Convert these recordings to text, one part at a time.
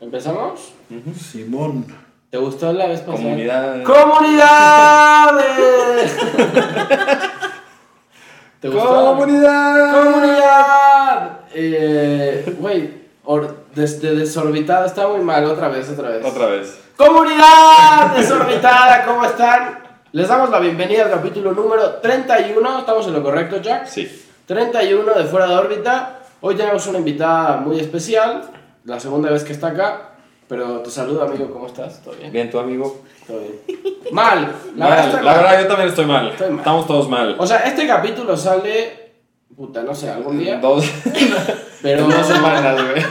¿Empezamos? Simón. ¿Te gustó la vez pasada? Comunidad. ¡Comunidades! ¿Te gustó? Comunidad. ¡Comunidad! Eh, Güey, or- desde desorbitada está muy mal. Otra vez, otra vez. Otra vez. ¡Comunidad desorbitada! ¿Cómo están? Les damos la bienvenida al capítulo número 31. ¿Estamos en lo correcto, Jack? Sí. 31 de Fuera de órbita. Hoy tenemos una invitada muy especial, la segunda vez que está acá. Pero te saludo, amigo, ¿cómo estás? ¿Todo bien? Bien, tu amigo. Todo bien. Mal, la Mal. verdad está la mal. verdad, yo también estoy mal. Estoy mal. Estamos todos mal. O sea, este capítulo sale, puta, no sé, algún día. Dos, Pero, dos semanas, güey.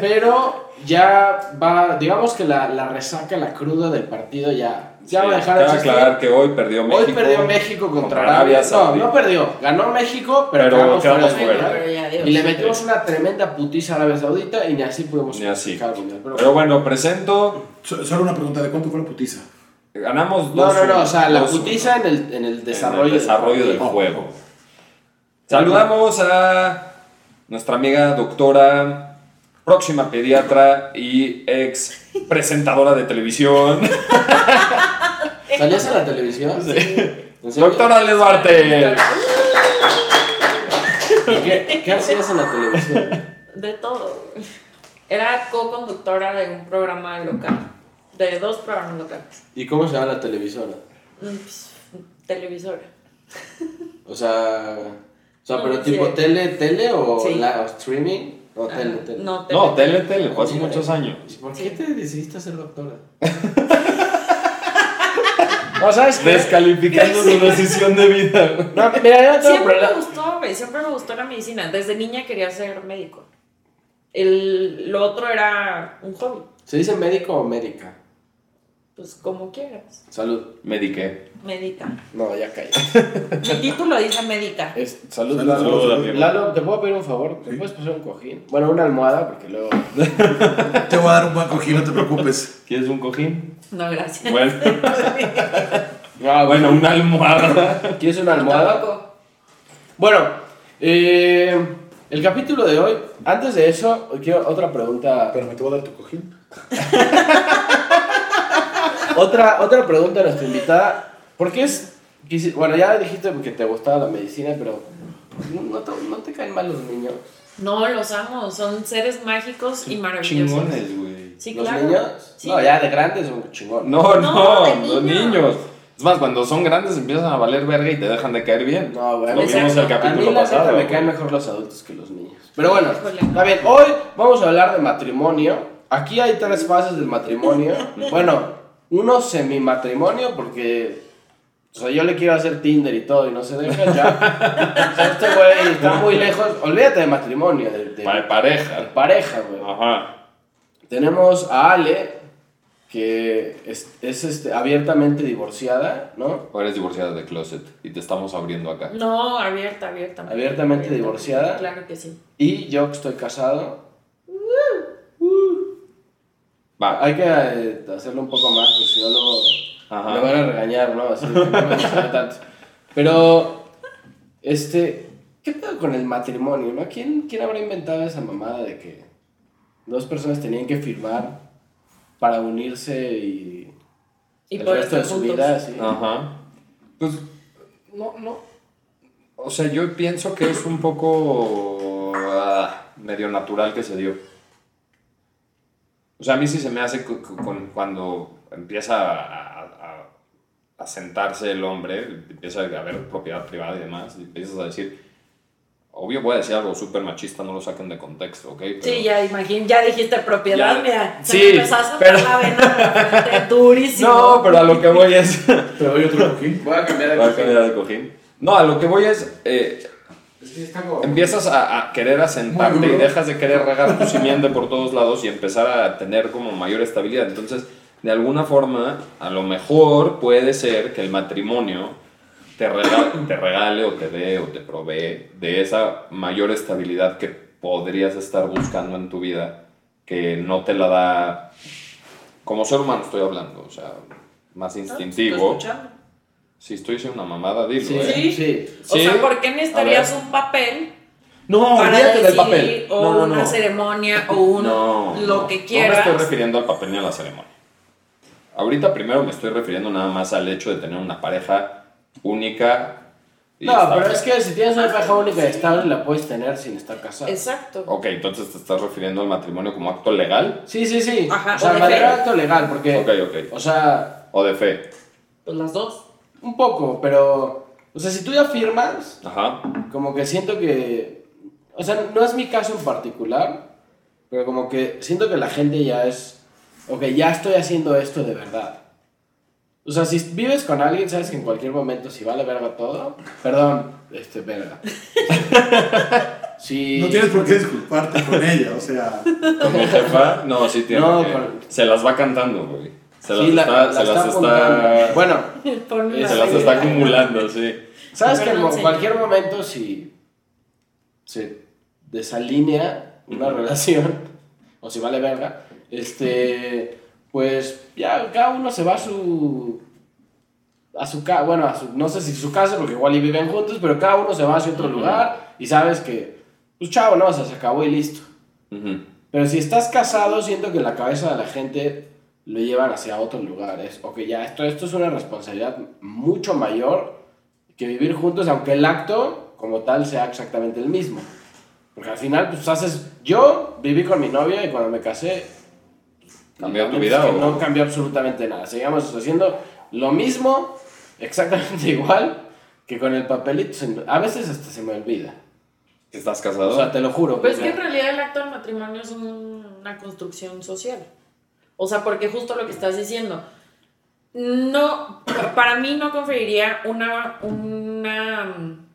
pero ya va, digamos que la, la resaca, la cruda del partido ya, ya va a dejar Sí, te de voy a existir. aclarar que hoy perdió México. Hoy perdió México contra, contra Arabia. Arabia Saudí. No, no perdió. Ganó México, pero, Pero quedamos, quedamos fuera. del fuera. mundial. Pero ya, adiós. Y le metimos una tremenda putiza a Arabia Saudita y ni así pudimos Ni así. clasificar al mundial. Pero- Pero bueno, presento. So- Solo una pregunta, ¿de cuánto fue la putiza? Ganamos no, dos. no, no. O sea, la dos- putiza en el, en el desarrollo, en el desarrollo del partido. Oh. juego. Saludamos a nuestra amiga doctora, próxima pediatra y ex presentadora de televisión, ¿Salías en la televisión? ¿En serio? doctora Les Duarte. ¿Y ¿Qué, qué hacías en la televisión? De todo. Era co-conductora de un programa local. De dos programas locales. ¿Y cómo se llama la televisora? Mm, pues, televisora. O sea, o sea No, pero no tipo sé. tele, tele o, Sí. la, o streaming? No, Ah, tele, tele. No, tele. No, Tele Tele, fue hace muchos años. ¿Por qué te decidiste ser doctora? no, ¿sabes qué? Descalificando su decisión de vida. güey. No, mira, yo no tengo Siempre me problema. gustó, güey. Siempre me gustó la medicina. Desde niña quería ser médico. El, lo otro era un hobby. ¿Se dice médico o médica? Pues como quieras. Salud. Mediqué. Médica. No, ya caí. Mi título dice médica. Es- salud. Salud, Lalo. salud, amigo. Lalo, ¿te puedo pedir un favor? ¿Te Sí. puedes poner un cojín? Bueno, una almohada, porque luego... Te voy a dar un buen cojín, no te preocupes. ¿Quieres un cojín? No, gracias. Bueno, Ah, bueno, una almohada. ¿Quieres una almohada? Tampoco. Bueno, eh, el capítulo de hoy, antes de eso, quiero otra pregunta. Pero me te voy a dar tu cojín. Otra, otra pregunta a nuestra invitada. ¿Por qué es.? quisi- Bueno, ya dijiste que te gustaba la medicina, pero. ¿No, no te, no te caen mal los niños? No, los amo. Son seres mágicos y maravillosos. Chingones, güey. Sí, ¿Los claro. niños? Sí. No, ya de grandes son chingón. No, No, no, de los niños. niños. Es más, cuando son grandes empiezan a valer verga y te dejan de caer bien. No, güey. Lo Exacto. vimos el A mí capítulo la neta pasado. me caen mejor los adultos que los niños. Pero bueno, Híjole. está bien. Hoy vamos a hablar de matrimonio. Aquí hay tres fases del matrimonio. Bueno, uno semi-matrimonio porque... O sea, yo le quiero hacer Tinder y todo y no se deja ya. O sea, este güey está muy lejos. Olvídate de matrimonio, de, de- Pa- Ah. de pareja. de pareja, güey. Ajá. Tenemos a Ale, que es, es, este, abiertamente divorciada, ¿no? O eres divorciada de closet y te estamos abriendo acá. No, abierta, abierta. Abiertamente divorciada. Claro que sí. Y yo que estoy casado. Va. Hay que eh, hacerlo un poco más, porque si no luego Ajá. me van a regañar, ¿no? Así que no me gusta tanto. Pero, este, ¿qué pedo con el matrimonio, no? ¿Quién, ¿Quién habrá inventado esa mamada de que dos personas tenían que firmar para unirse y, Y el por resto de estar su juntos. vida? así? Ajá. Pues, no, no. O sea, yo pienso que es un poco ah, medio natural que se dio. O sea, a mí sí se me hace cu- cu- con- cuando empieza a, a- a- a sentarse el hombre, empieza a haber propiedad privada y demás, y empiezas a decir, obvio voy a decir algo súper machista, no lo saquen de contexto, ¿ok? Pero- Sí, ya imagín, ya dijiste propiedad, Ya. mira. se Sí, me empezó a saltar pero- la vena de la frente, durísimo. No, pero a lo que voy es... Te doy otro cojín. Voy a cambiar Voy a cambiar de cojín. No, a lo que voy es. eh, empiezas a, a querer asentarte Muy y duro. dejas de querer regar tu simiente por todos lados y empezar a tener como mayor estabilidad. Entonces, de alguna forma, a lo mejor puede ser que el matrimonio te regale, te regale o te dé o te provee de esa mayor estabilidad que podrías estar buscando en tu vida, que no te la da. Como ser humano estoy hablando, o sea, más Estoy instintivo. escuchando. Si estoy diciendo una mamada, dilo, Sí, ¿eh? sí. Sí. O Sí. sea, ¿por qué A necesitarías ver. un papel No, para olvídate del decidir, papel. O No, no, una no. ceremonia o un No. lo no. que No quieras. me estoy refiriendo al papel ni a la ceremonia. Ahorita primero me estoy refiriendo nada más al hecho de tener una pareja única. y No, estable. pero es que si tienes una pareja única y estable, la puedes tener sin estar casado. Exacto. Ok, entonces te estás refiriendo al matrimonio como acto legal Sí, sí, sí. Ajá, o sea, o de manera fe. acto legal, porque. Ok, ok. O sea, o de fe. Pues las dos. un poco, pero. O sea, si tú ya firmas, Ajá. como que siento que. O sea, no es mi caso en particular, pero como que siento que la gente ya es. Ok, ya estoy haciendo esto de verdad. O sea, si vives con alguien, sabes que en cualquier momento, si vale verga todo. Perdón, este, verga. si. No tienes por qué disculparte con ella, o sea. Con mi jefa, no, sí tiene. No, que- con- Se las va cantando, güey. Se las Sí, la- está. la se las apuntando. está. Bueno, Ponme se la las está regla. acumulando, sí. sabes que Perdón, en mo- señor. cualquier momento si se desalinea una relación o si vale verga, este, pues ya cada uno se va a su a su casa, bueno, a su- no sé si su casa porque igual y viven juntos, pero cada uno se va hacia otro lugar y sabes que pues chavo, no, o sea, se acabó y listo. Ujú. Pero si estás casado, siento que la cabeza de la gente lo llevan hacia otros lugares. O que ya esto, esto es una responsabilidad mucho mayor que vivir juntos, aunque el acto como tal sea exactamente el mismo. Porque al final, pues haces. Yo viví con mi novia y cuando me casé. ¿Cambió tu es vida que o No cambió absolutamente nada. Seguíamos haciendo lo mismo, exactamente igual, que con el papelito. Se- A veces hasta se me olvida. estás O casado? sea, te lo juro. Pues es que porque- en realidad el acto del matrimonio es un- una construcción social. O sea, porque justo lo que estás diciendo. No, para mí no conferiría una, una mm,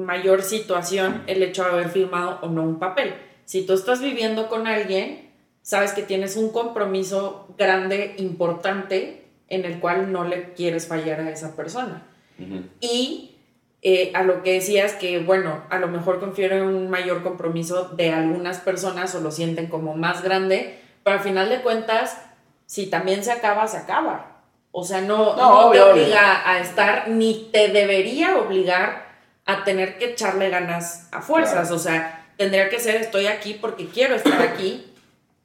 mayor situación el hecho de haber firmado o no un papel. Si tú estás viviendo con alguien, sabes que tienes un compromiso grande, importante, en el cual no le quieres fallar a esa persona. Ujú. Y eh, a lo que decías que, bueno, a lo mejor confieren un mayor compromiso de algunas personas o lo sienten como más grande, pero al final de cuentas, si también se acaba, se acaba. O sea, no, No, no obvio, te obvio. obliga a estar, ni te debería obligar a tener que echarle ganas a fuerzas. O sea, tendría que ser estoy aquí porque quiero estar aquí,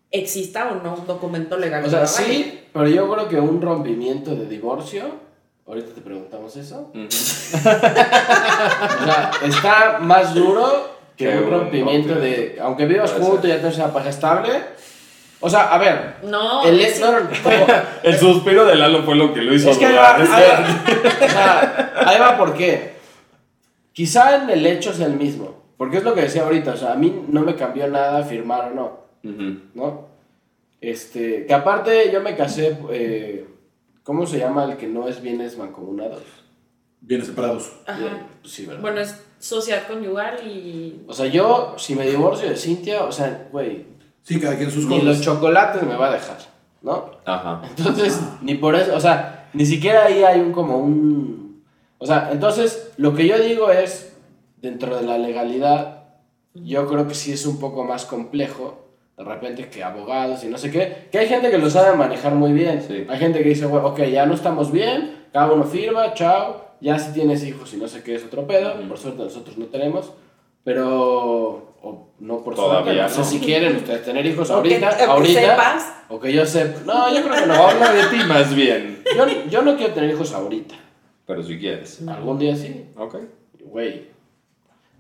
exista o no un documento legal. O que sea, lo avale. sí, pero yo creo que un rompimiento de divorcio, ahorita te preguntamos eso, Ujú. o sea, está más duro que Que un un rompimiento de, rompimiento. aunque vivas Puede juntos ser. y ya tengas una pareja estable, o sea, a ver, No, el es- no, no, como- El suspiro de Lalo fue lo que lo hizo es que ahí va, dudar. ahí Es va, o sea, ahí va por qué. Quizá en el hecho es el mismo, porque es lo que decía ahorita, o sea, a mí no me cambió nada firmar o no. que- Ujú. ¿no? Este, que aparte yo me casé, eh, ¿cómo se llama el que no es bienes mancomunados? Bien separados. Ajá. Pues sí, ¿verdad? Bueno, es sociedad conyugal y O sea, yo, si me divorcio de Cintia, o sea, güey, Sí, cada quien sus ni los cosas. chocolates me va a dejar, ¿no? Ajá. Entonces, ni por eso, o sea, ni siquiera ahí hay un como un... O sea, entonces, lo que yo digo es, dentro de la legalidad, yo creo que sí es un poco más complejo, de repente, que abogados y no sé qué, que hay gente que lo sabe manejar muy bien. Sí. Hay gente que dice, bueno, ok, ya no estamos bien, cada uno firma, chao, ya si tienes hijos y no sé qué es otro pedo, Ujú. por suerte nosotros no tenemos, pero... O no por Todavía suerte, no sé no. si quieren ustedes tener hijos O que- ahorita, o que ahorita. sepas. O que yo sepa. No, yo creo que no. Habla de ti más bien. Yo, yo no quiero tener hijos ahorita. Pero si quieres. Algún día sí, Ok. güey.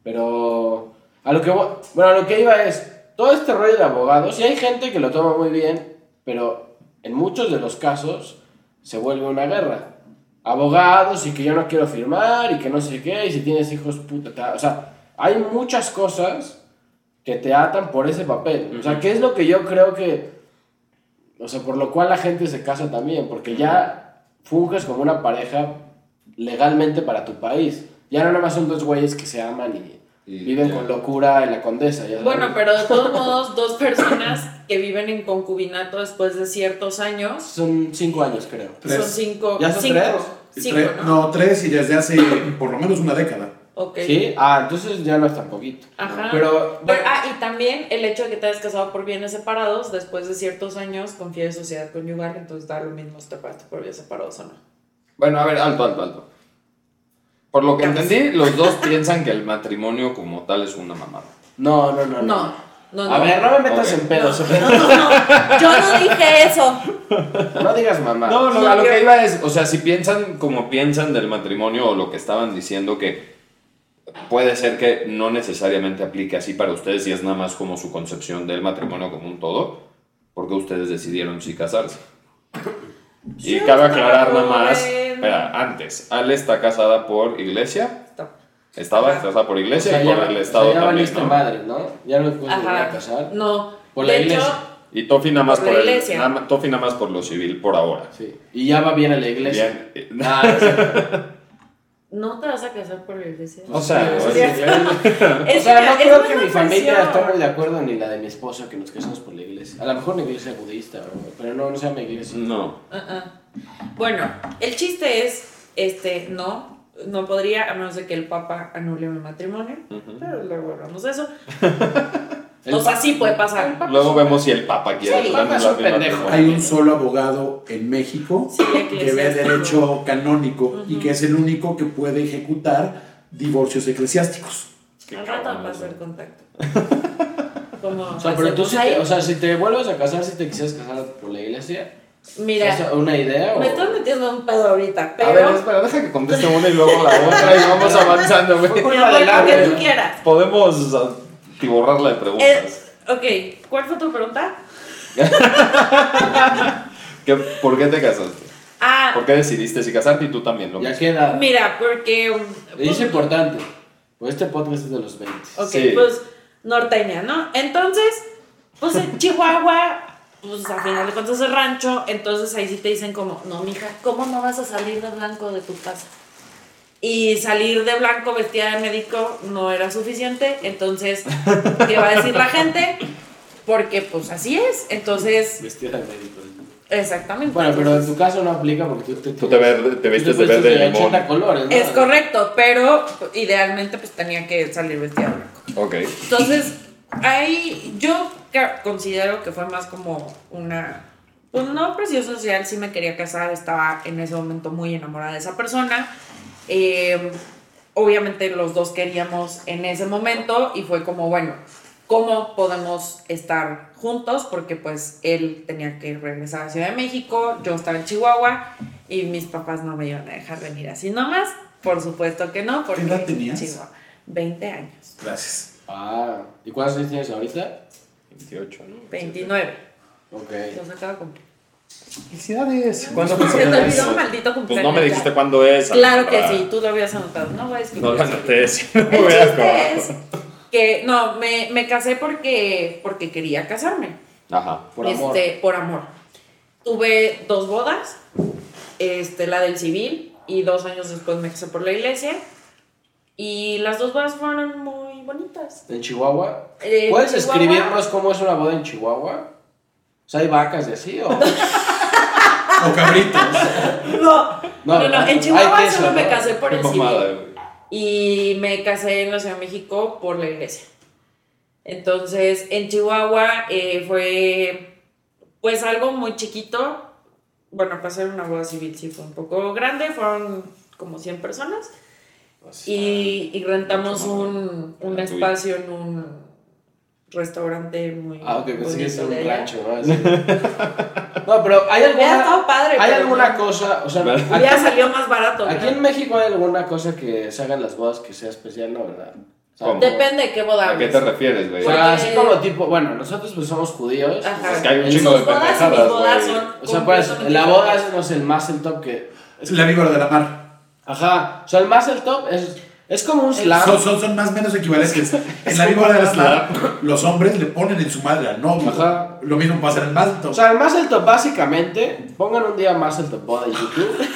Pero a lo que voy- bueno, a lo que iba es todo este rollo de abogados y hay gente que lo toma muy bien, pero en muchos de los casos se vuelve una guerra. Abogados y que yo no quiero firmar y que no sé qué y si tienes hijos puta, ta- o sea, hay muchas cosas que te atan por ese papel. O sea, ¿qué es lo que yo creo que o sea, por lo cual la gente se casa también, porque ya funges como una pareja legalmente para tu país. Ya no nada más son dos güeyes que se aman y, Y viven ya. con locura en la condesa. ya sabes. Bueno, pero de todos modos, dos personas que viven en concubinato después de ciertos años pues Son cinco años, creo. Tres. son cinco. ¿Ya son cinco, Y cinco, tre- ¿no? no, tres y desde hace por lo menos una década. Ok. ¿Sí? Ah, entonces ya no es tan poquito. Ajá. Pero, Pero- ah, y también el hecho de que te hayas casado por bienes separados, después de ciertos años, confiere sociedad conyugal, entonces da lo mismo si te casaste por bienes separados o no. Bueno, a ver, alto, alto, alto. Por lo que Capaz. entendí, los dos piensan que el matrimonio como tal es una mamada. No, no, no. No, no, no. A ver, no me metas Ok. en pedos. ok. No, no, no. Yo no dije eso. No digas mamá. No, no, No, Ah, a lo yo- que iba es, o sea, si piensan como piensan del matrimonio o lo que estaban diciendo que puede ser que no necesariamente aplique así para ustedes y es nada más como su concepción del matrimonio como un todo, porque ustedes decidieron sí casarse. Y Yo cabe estaba aclarar nada por más, el- espera, antes, Ale está casada por iglesia, estaba Ajá. casada por O iglesia sea, y ya, por el o sea, Estado ya también, valiste ¿no? madre, ¿no? Ya no me puedes volver a Ajá. casar. No. Por la de iglesia. Y Tofi nada más por, Por la el- iglesia. nada ma- Tofi nada más por lo civil por ahora. Sí. Y ya va bien a la iglesia. Bien. eh, Ah, o sea, hecho, no te vas a casar por la iglesia. O sea, sí, o sí, sea, sí. Es O sea, una- no es creo una que mi familia presión. esté muy de acuerdo ni la de mi esposo que nos casamos por la iglesia. A lo mejor una iglesia budista, ¿no? pero no, no sea mi iglesia. No. Ah, ah. Bueno, el chiste es, este, no, no podría, a menos de que el Papa anule mi matrimonio. Ujú. Pero luego hablamos de eso. El o sea, pa- sí puede pasar. Luego vemos si el Papa quiere Sí, el anular Papa es un mi matrimonio. pendejo. Hay un solo abogado en México Sí, que ve eclesiástico. derecho canónico y que es el único que puede ejecutar divorcios eclesiásticos. Qué Al rato cabrón va a eso. ser contacto. Como O sea, pero tú hacemos sí ahí. te- o sea, si te vuelves a casar, si te quisieras casar por la iglesia, Mira, ¿es una idea o...? me estás metiendo un pedo ahorita, pero. A ver, espera, deja que conteste una y luego la otra y vamos avanzando, güey. Fue mi la amor, del lo que árbol. tú quieras. Podemos a- tiborrarla de preguntas. Es- ok, ¿cuál fue tu pregunta? ¿Qué- ¿Por qué te casaste? Ah, ¿Por qué decidiste si casarte y tú también? Lo Ya queda. mira, porque. um, Es pues, importante. Pues este podcast es de los 20. Ok, Sí. pues norteña, ¿no? Entonces, pues en Chihuahua, pues al final de cuentas es rancho, entonces ahí sí te dicen como, no, mija, ¿cómo no vas a salir de blanco de tu casa? Y salir de blanco vestida de médico no era suficiente, entonces, ¿qué va a decir la gente? Porque pues así es, entonces, Vestida de médico. exactamente. Bueno, pero en tu caso no aplica porque tú te, Tú te, ver- te vistes de vestes verde de limón. 80 colores, ¿no? Es correcto, pero idealmente pues tenía que salir vestida de blanco. Ok. Entonces, ahí yo ca- considero que fue más como una. Pues no presión social, sí me quería casar, estaba en ese momento muy enamorada de esa persona. Eh, obviamente los dos queríamos en ese momento y fue como, bueno, ¿cómo podemos estar juntos? Porque pues él tenía que regresar a Ciudad de México, yo estaba en Chihuahua y mis papás no me iban a dejar venir así nomás. Por supuesto que no, porque edad tenías? Chihuahua, 20 años. Gracias. Ah, ¿y cuántos años tienes ahorita? 28, ¿no? 29. Ok. Los acabo de cumplir. Felicidades. ¿Cuándo Se te felicidades? olvidó maldito Pues cumpleaños. no me ya. dijiste cuándo es. Claro que Alejandra. sí, tú lo habías anotado. No voy a discutir. No lo eso. anoté. si no El hubiera chiste es acabado. que no, me, me casé porque, porque quería casarme. Ajá. Por amor. este, Por amor. Tuve dos bodas, este, la del civil y dos años después me casé por la iglesia. Y las dos bodas fueron muy bonitas. ¿En Chihuahua? Eh, ¿Puedes Chihuahua- escribirnos cómo es una boda en Chihuahua? O sea, ¿hay vacas de así o...? O cabritos. No, No, no, no, no, hay en Chihuahua queso, solo me ¿no? casé por Qué el civil. mamada, güey. y me casé en la Ciudad de México por la iglesia. Entonces, en Chihuahua eh, fue pues algo muy chiquito. Bueno, pasé una boda civil, sí, fue un poco grande, fueron como 100 personas y, Ah, y rentamos Mucho más. un, un La tuya. espacio en un restaurante muy... Ah, ok, pensé que es bonito un de allá. rancho, ¿no? Así. No, pero ¿hay Hubiera alguna, estado padre. ¿hay pero alguna no. cosa...? O sea, Hubiera aquí, Hubiera salido más barato. aquí creo. en México hay alguna cosa que se hagan las bodas que sea especial, ¿no? ¿Verdad? O sea, ¿Cómo? como- Depende de qué boda ¿A qué hables. te refieres, O güey? sea, Porque- así como tipo... Bueno, nosotros pues somos judíos. Ajá. Es que hay un En chingo Sus de bodas y mis pendejadas, bodas güey. son O sea, pues completamente la boda diferentes. es, no sé, el más el top que... La víbora de la mar. Ajá, o sea, el más el top es, es como un slam. Son, son, son más o menos equivalentes. En la víbora de la mar, los hombres le ponen en su madre al novio. Ajá. Lo mismo pasa en el malto. O sea, el más el top básicamente, pongan un día más el top boda en YouTube.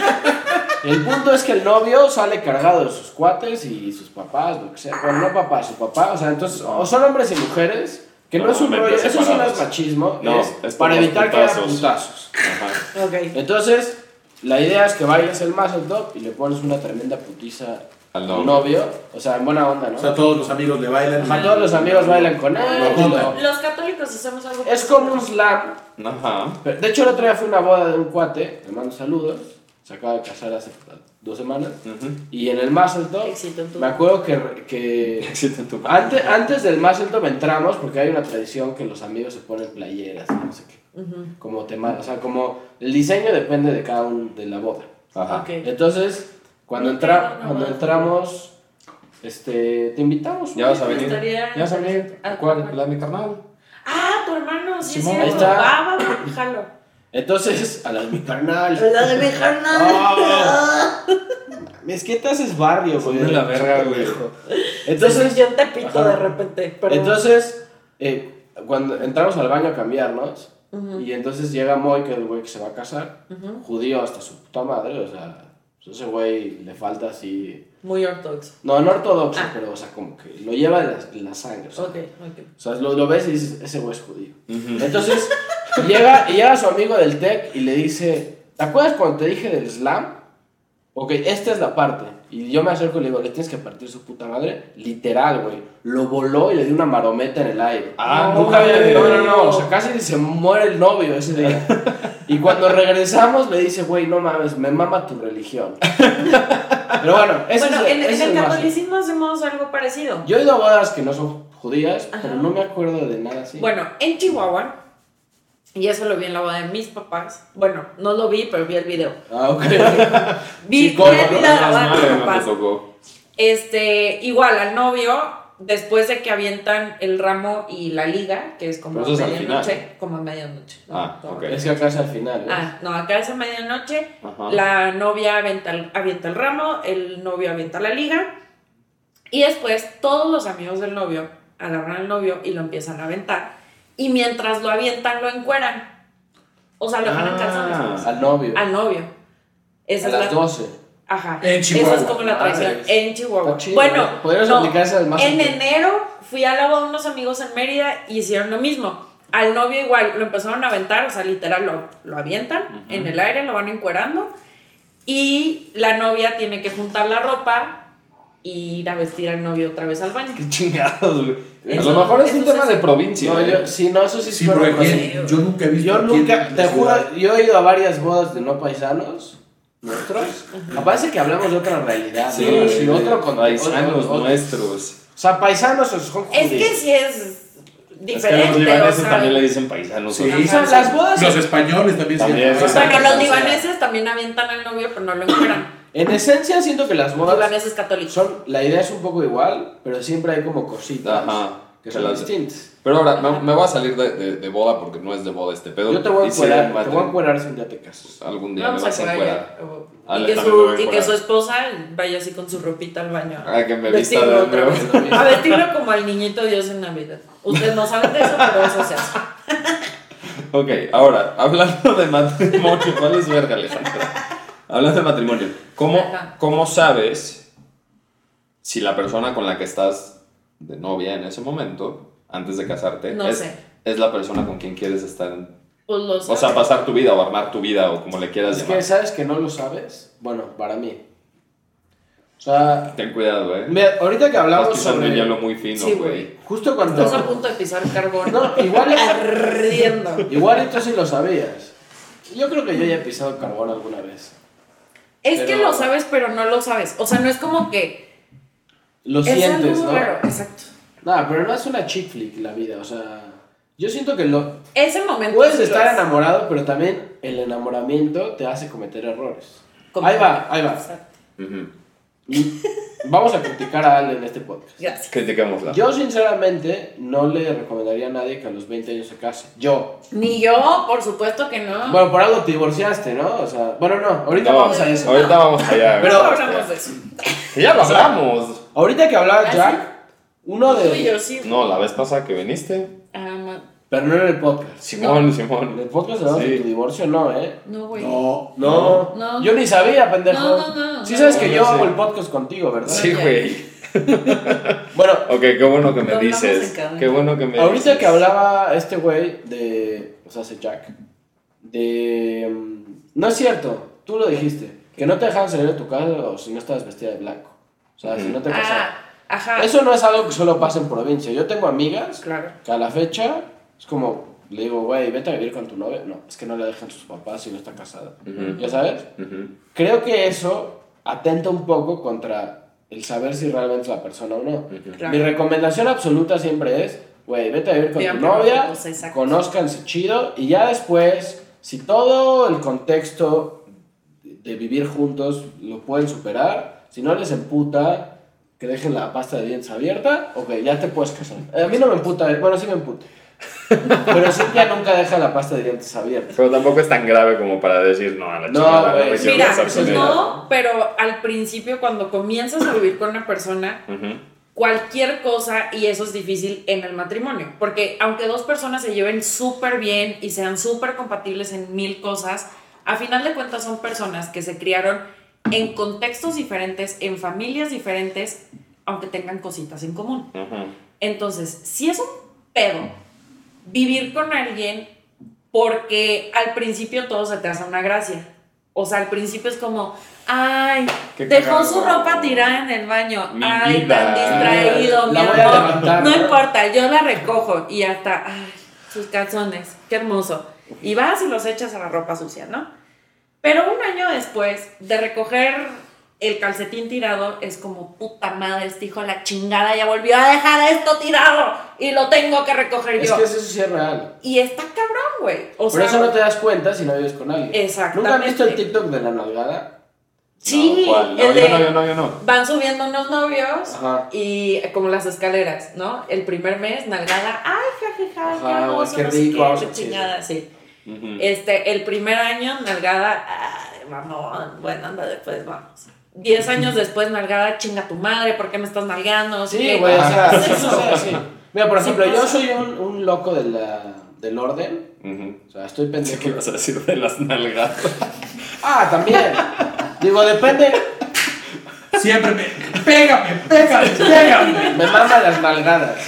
el punto es que el novio sale cargado de sus cuates y sus papás, lo que sea. Bueno, no papá, su papá. O sea, entonces, o son hombres y mujeres, que no, es un rollo, Normalmente eso sí no separados. es machismo, No, es, es por para los evitar que haya putazos. putazos. Ajá. Ok. Entonces, la idea es que vayas el más al top y le pones una tremenda putiza Al al novio. novio. O sea, en buena onda, ¿no? todos los amigos le bailan. Ajá, todos los amigos bailan con él. Lo y apuntan. lo- Los católicos hacemos algo. Es como un slam. Ajá. pero- De hecho, el otro día fue una boda de un cuate, le mando saludos. se acaba de casar hace dos semanas. Ujú. Y en el más alto, Éxito en tu- me acuerdo que, que Éxito en tu madre. antes, antes del más alto me entramos porque hay una tradición que los amigos se ponen playeras, y no sé qué. Ujú. Como tema, o sea, como el diseño depende de cada uno de la boda. Ajá. Ok. Entonces, cuando, No entra- tengo cuando nada. entramos, este, te invitamos. Ya vas a güey. venir. Estaría- Ya vas a venir. Ah, ¿Cuál? La de mi carnal. Ah, tu hermano, sí, Simón. sí. Ahí está. Va, va, va, jalo. Entonces, a la de mi carnal. Pues La de mi Ah. Es que te haces barrio, güey. Son de la verga, güey. Entonces, yo te pito Ajá. de repente. Perdón. entonces eh, cuando entramos al baño a cambiarnos, y entonces llega Moy, que es el güey que se va a casar, judío hasta su puta madre, o sea, pues ese güey le falta así. Muy ortodoxo. No, no ortodoxo, Ah. pero, o sea, como que lo lleva en la, en la sangre. o sea, Ok, ok. O sea, lo, lo ves y dices, ese güey es judío. Entonces, llega, y llega su amigo del tech y le dice, ¿te acuerdas cuando te dije del slam? Ok, esta es la parte. Y yo me acerco y le digo, le tienes que partir su puta madre. Literal, güey. Lo voló y le dio una marometa en el aire. Ah, Nunca había güey. No, no, no. O sea, casi se muere el novio ese día. Y cuando regresamos le dice, güey, no mames, me mama tu religión. Pero bueno, ese bueno, es el- en, ese en es el el más- catolicismo hacemos algo parecido. Yo he ido a bodas que no son judías, pero Ajá. no me acuerdo de nada así. Bueno, en Chihuahua, y eso lo vi en la boda de mis papás. Bueno, no lo vi, pero vi el video. Ah, ok. Vi Sí, cómo vi no, el A video de la las boda de nueve mis no papás. te tocó. Este, igual al novio, después de que avientan el ramo y la liga, que es como Pero eso es a al medianoche, como a medianoche. ¿no? Ah, No, ok. es que acá es al final. ¿eh? Ah, no, acá es a medianoche. Ajá. La novia avienta el, avienta el ramo, el novio avienta la liga. Y después todos los amigos del novio agarran al novio y lo empiezan a aventar. Y mientras lo avientan, lo encueran. O sea, lo dejan en Ah. calzones. pues, Al novio. Al novio. Ah, Esa a es la- las 12. Ajá. En Esa es Chihuahua. como la tradición. Madres. En Chihuahua. Está chido, bueno, güey. Podríamos no, aplicarse al más en antiguo. enero fui a la boda de unos amigos en Mérida y hicieron lo mismo. Al novio igual, lo empezaron a aventar, o sea, literal lo, lo avientan en el aire, lo van encuerando. Y la novia tiene que juntar la ropa e ir a vestir al novio otra vez al baño. Qué chingados, güey. A Eso- lo mejor es un eso tema es- de provincia. no, ¿eh? yo, sí, no, eso sí, es Sí, pero aquí yo, en- yo nunca he visto. yo aquí en nunca, la te juro, ciudad. yo he ido a varias bodas de no paisanos. Nuestros. Parece que hablamos de otra realidad. Sí, ¿no? sí, Así, otro con paisanos otro- otro- nuestros. O sea, paisanos son Es judíos. que sí Es es que a los diferente. o libaneses sea, también le dicen paisanos. Sí. ¿no? O sea, las bodas. Los españoles también, se También, llaman. sí, bueno, o sea, los libaneses también avientan al novio, pero no lo encueran. En esencia, siento que las Los bodas. libaneses católicos. Son, la idea es un poco igual, pero siempre hay como cositas Ajá. que son Que las- distintas. Pero ahora, me, me voy a salir de, de- de boda porque no es de boda este pedo. Yo te voy a Y sí, en encuerar, te Madrid, voy a encuerar si un día te casas. pues, Algún día Vamos me a vas a encuerar. encuerar. O- pues, Y, Ale, que también me voy su, a y que encuerar. su esposa vaya así con su ropita al baño. Ah, que me vista Vestirlo de otra nuevo. vez. A vestirlo como al niñito Dios en Navidad. Ustedes no saben de eso, pero eso se hace. Ok, ahora, hablando de matrimonio, ¿cuál es verga, Alejandro? Hablando de matrimonio, ¿cómo, Ajá. ¿cómo sabes si la persona con la que estás de novia en ese momento, antes de casarte, No es, sé. es la persona con quien quieres estar, en- Pues lo o sea, saben. pasar tu vida o armar tu vida o como le quieras Es que llamar? sabes que no lo sabes. Bueno, para mí. O sea, Ten cuidado, eh. mira, ahorita que Estás hablamos pisando el hielo sobre. muy fino, Sí, güey. Justo cuando. Estás a punto de pisar carbón. No, igual Ardiendo. Igual tú sí lo sabías. Yo creo que yo ya he pisado carbón alguna vez. Es que Pero- lo sabes, pero no lo sabes. O sea, no es como que. Lo Es sientes, algo ¿no? raro. Exacto. Nah, pero no es una chick flick la vida. O sea, yo siento que lo. Ese momento. Puedes sí lo estar es. enamorado, pero también el enamoramiento te hace cometer errores. Como- Ahí va, ahí va. Mm, Exacto. Ujú. Vamos a criticar a Ale en este podcast. Gracias. Criticámosla. Yo sinceramente no le recomendaría a nadie que a los 20 años se case. Yo. Ni yo, por supuesto que no. Bueno, por algo te divorciaste, ¿no? O sea, bueno, no, ahorita No, vamos a eso. Ahorita vamos allá. pero pero- güey. hablamos de eso. Que ya lo hablamos. Ahorita que hablaba ¿Ah, Jack, uno Tú y yo de... sí. No, la vez pasada que viniste. Ah, ma- Pero no en el podcast. Simón, Simón. En el podcast hablamos de Sí. tu divorcio, no, ¿eh? no, güey. No, No. No. Yo ni sabía, pendejo. No, no, no, sí no. sabes que No, yo no sé. hago el podcast contigo, ¿verdad? Sí, güey. Bueno, Ok, qué bueno que me Lo hablamos dices. en cadena. Qué bueno que me dices. ahorita que hablaba este güey de... O sea, ese Jack. De... mm, No es cierto, tú lo dijiste. Que no te dejaban salir de tu casa o si no estabas vestida de blanco. O sea, si Ujú. no te casaban. Ah, ajá. Eso no es algo que solo pasa en provincia. Yo tengo amigas Claro. que a la fecha es como, Le digo, güey, vete a vivir con tu novia. No, es que no la dejan sus papás si no está casada. Ujú. ¿Ya sabes? Ujú. Creo que eso atenta un poco contra el saber si realmente es la persona o no. Claro. Mi recomendación absoluta siempre es, güey, vete a vivir con Vean tu novia, protocolos, exacto. conózcanse chido y ya después, si todo el contexto de vivir juntos lo pueden superar, si no les emputa que dejen la pasta de dientes abierta, ok, ya te puedes casar. Eh, A mí no me emputa, eh, bueno, sí me emputa. Pero Cintia nunca deja la pasta de dientes abierta. Pero tampoco es tan grave como para decir, no, a la No, chingada, no güey. me quiero Mira, casar con pues ella". no, pero al principio cuando comienzas a vivir con una persona, Ujú. cualquier cosa, y eso es difícil en el matrimonio, porque aunque dos personas se lleven súper bien y sean súper compatibles en mil cosas, a final de cuentas son personas que se criaron en contextos diferentes, en familias diferentes, aunque tengan cositas en común. Ujú. Entonces, si es un pedo vivir con alguien porque al principio todo se te hace una gracia. O sea, al principio es como, ay, Qué dejó cagado. su ropa tirada en el baño. Mi ay, vida. tan distraído, mi La voy a amor. levantar. No importa, yo la recojo y hasta, ay, sus calzones, qué hermoso. Y vas y los echas a la ropa sucia, ¿no? Pero un año después de recoger el calcetín tirado, es como, puta madre, este hijo de la chingada ya volvió a dejar esto tirado y lo tengo que recoger Es yo. que eso sí es real. Y está cabrón, güey. O Por sea, eso no te das cuenta si no vives con alguien. Exactamente. ¿Nunca has visto el TikTok de la nalgada? sí, No, ¿cuál? No, el yo de- no, yo no, yo no. van subiendo unos novios Ajá. y eh, como las escaleras, ¿no? El primer mes, nalgada, ay, jajaja, qué Ajá, hermoso, qué no sé rico, qué, vamos qué a chingada, sí. Ujú. Este, el primer año, nalgada, ay, mamón, bueno, anda después, vamos. Diez años después, nalgada, chinga tu madre, ¿por qué me estás nalgando? Sí, güey, o sea, ¿qué es sí, eso? sí, sí. pues. Mira, por Sí ejemplo, yo pasa. soy un, un loco de la- del orden. Ujú. O sea, estoy Pensé que pendejo. ibas a decir de las nalgas. Ah, también. Digo, depende. Siempre me. Pégame, pégame, pégame. Me mama las nalgadas.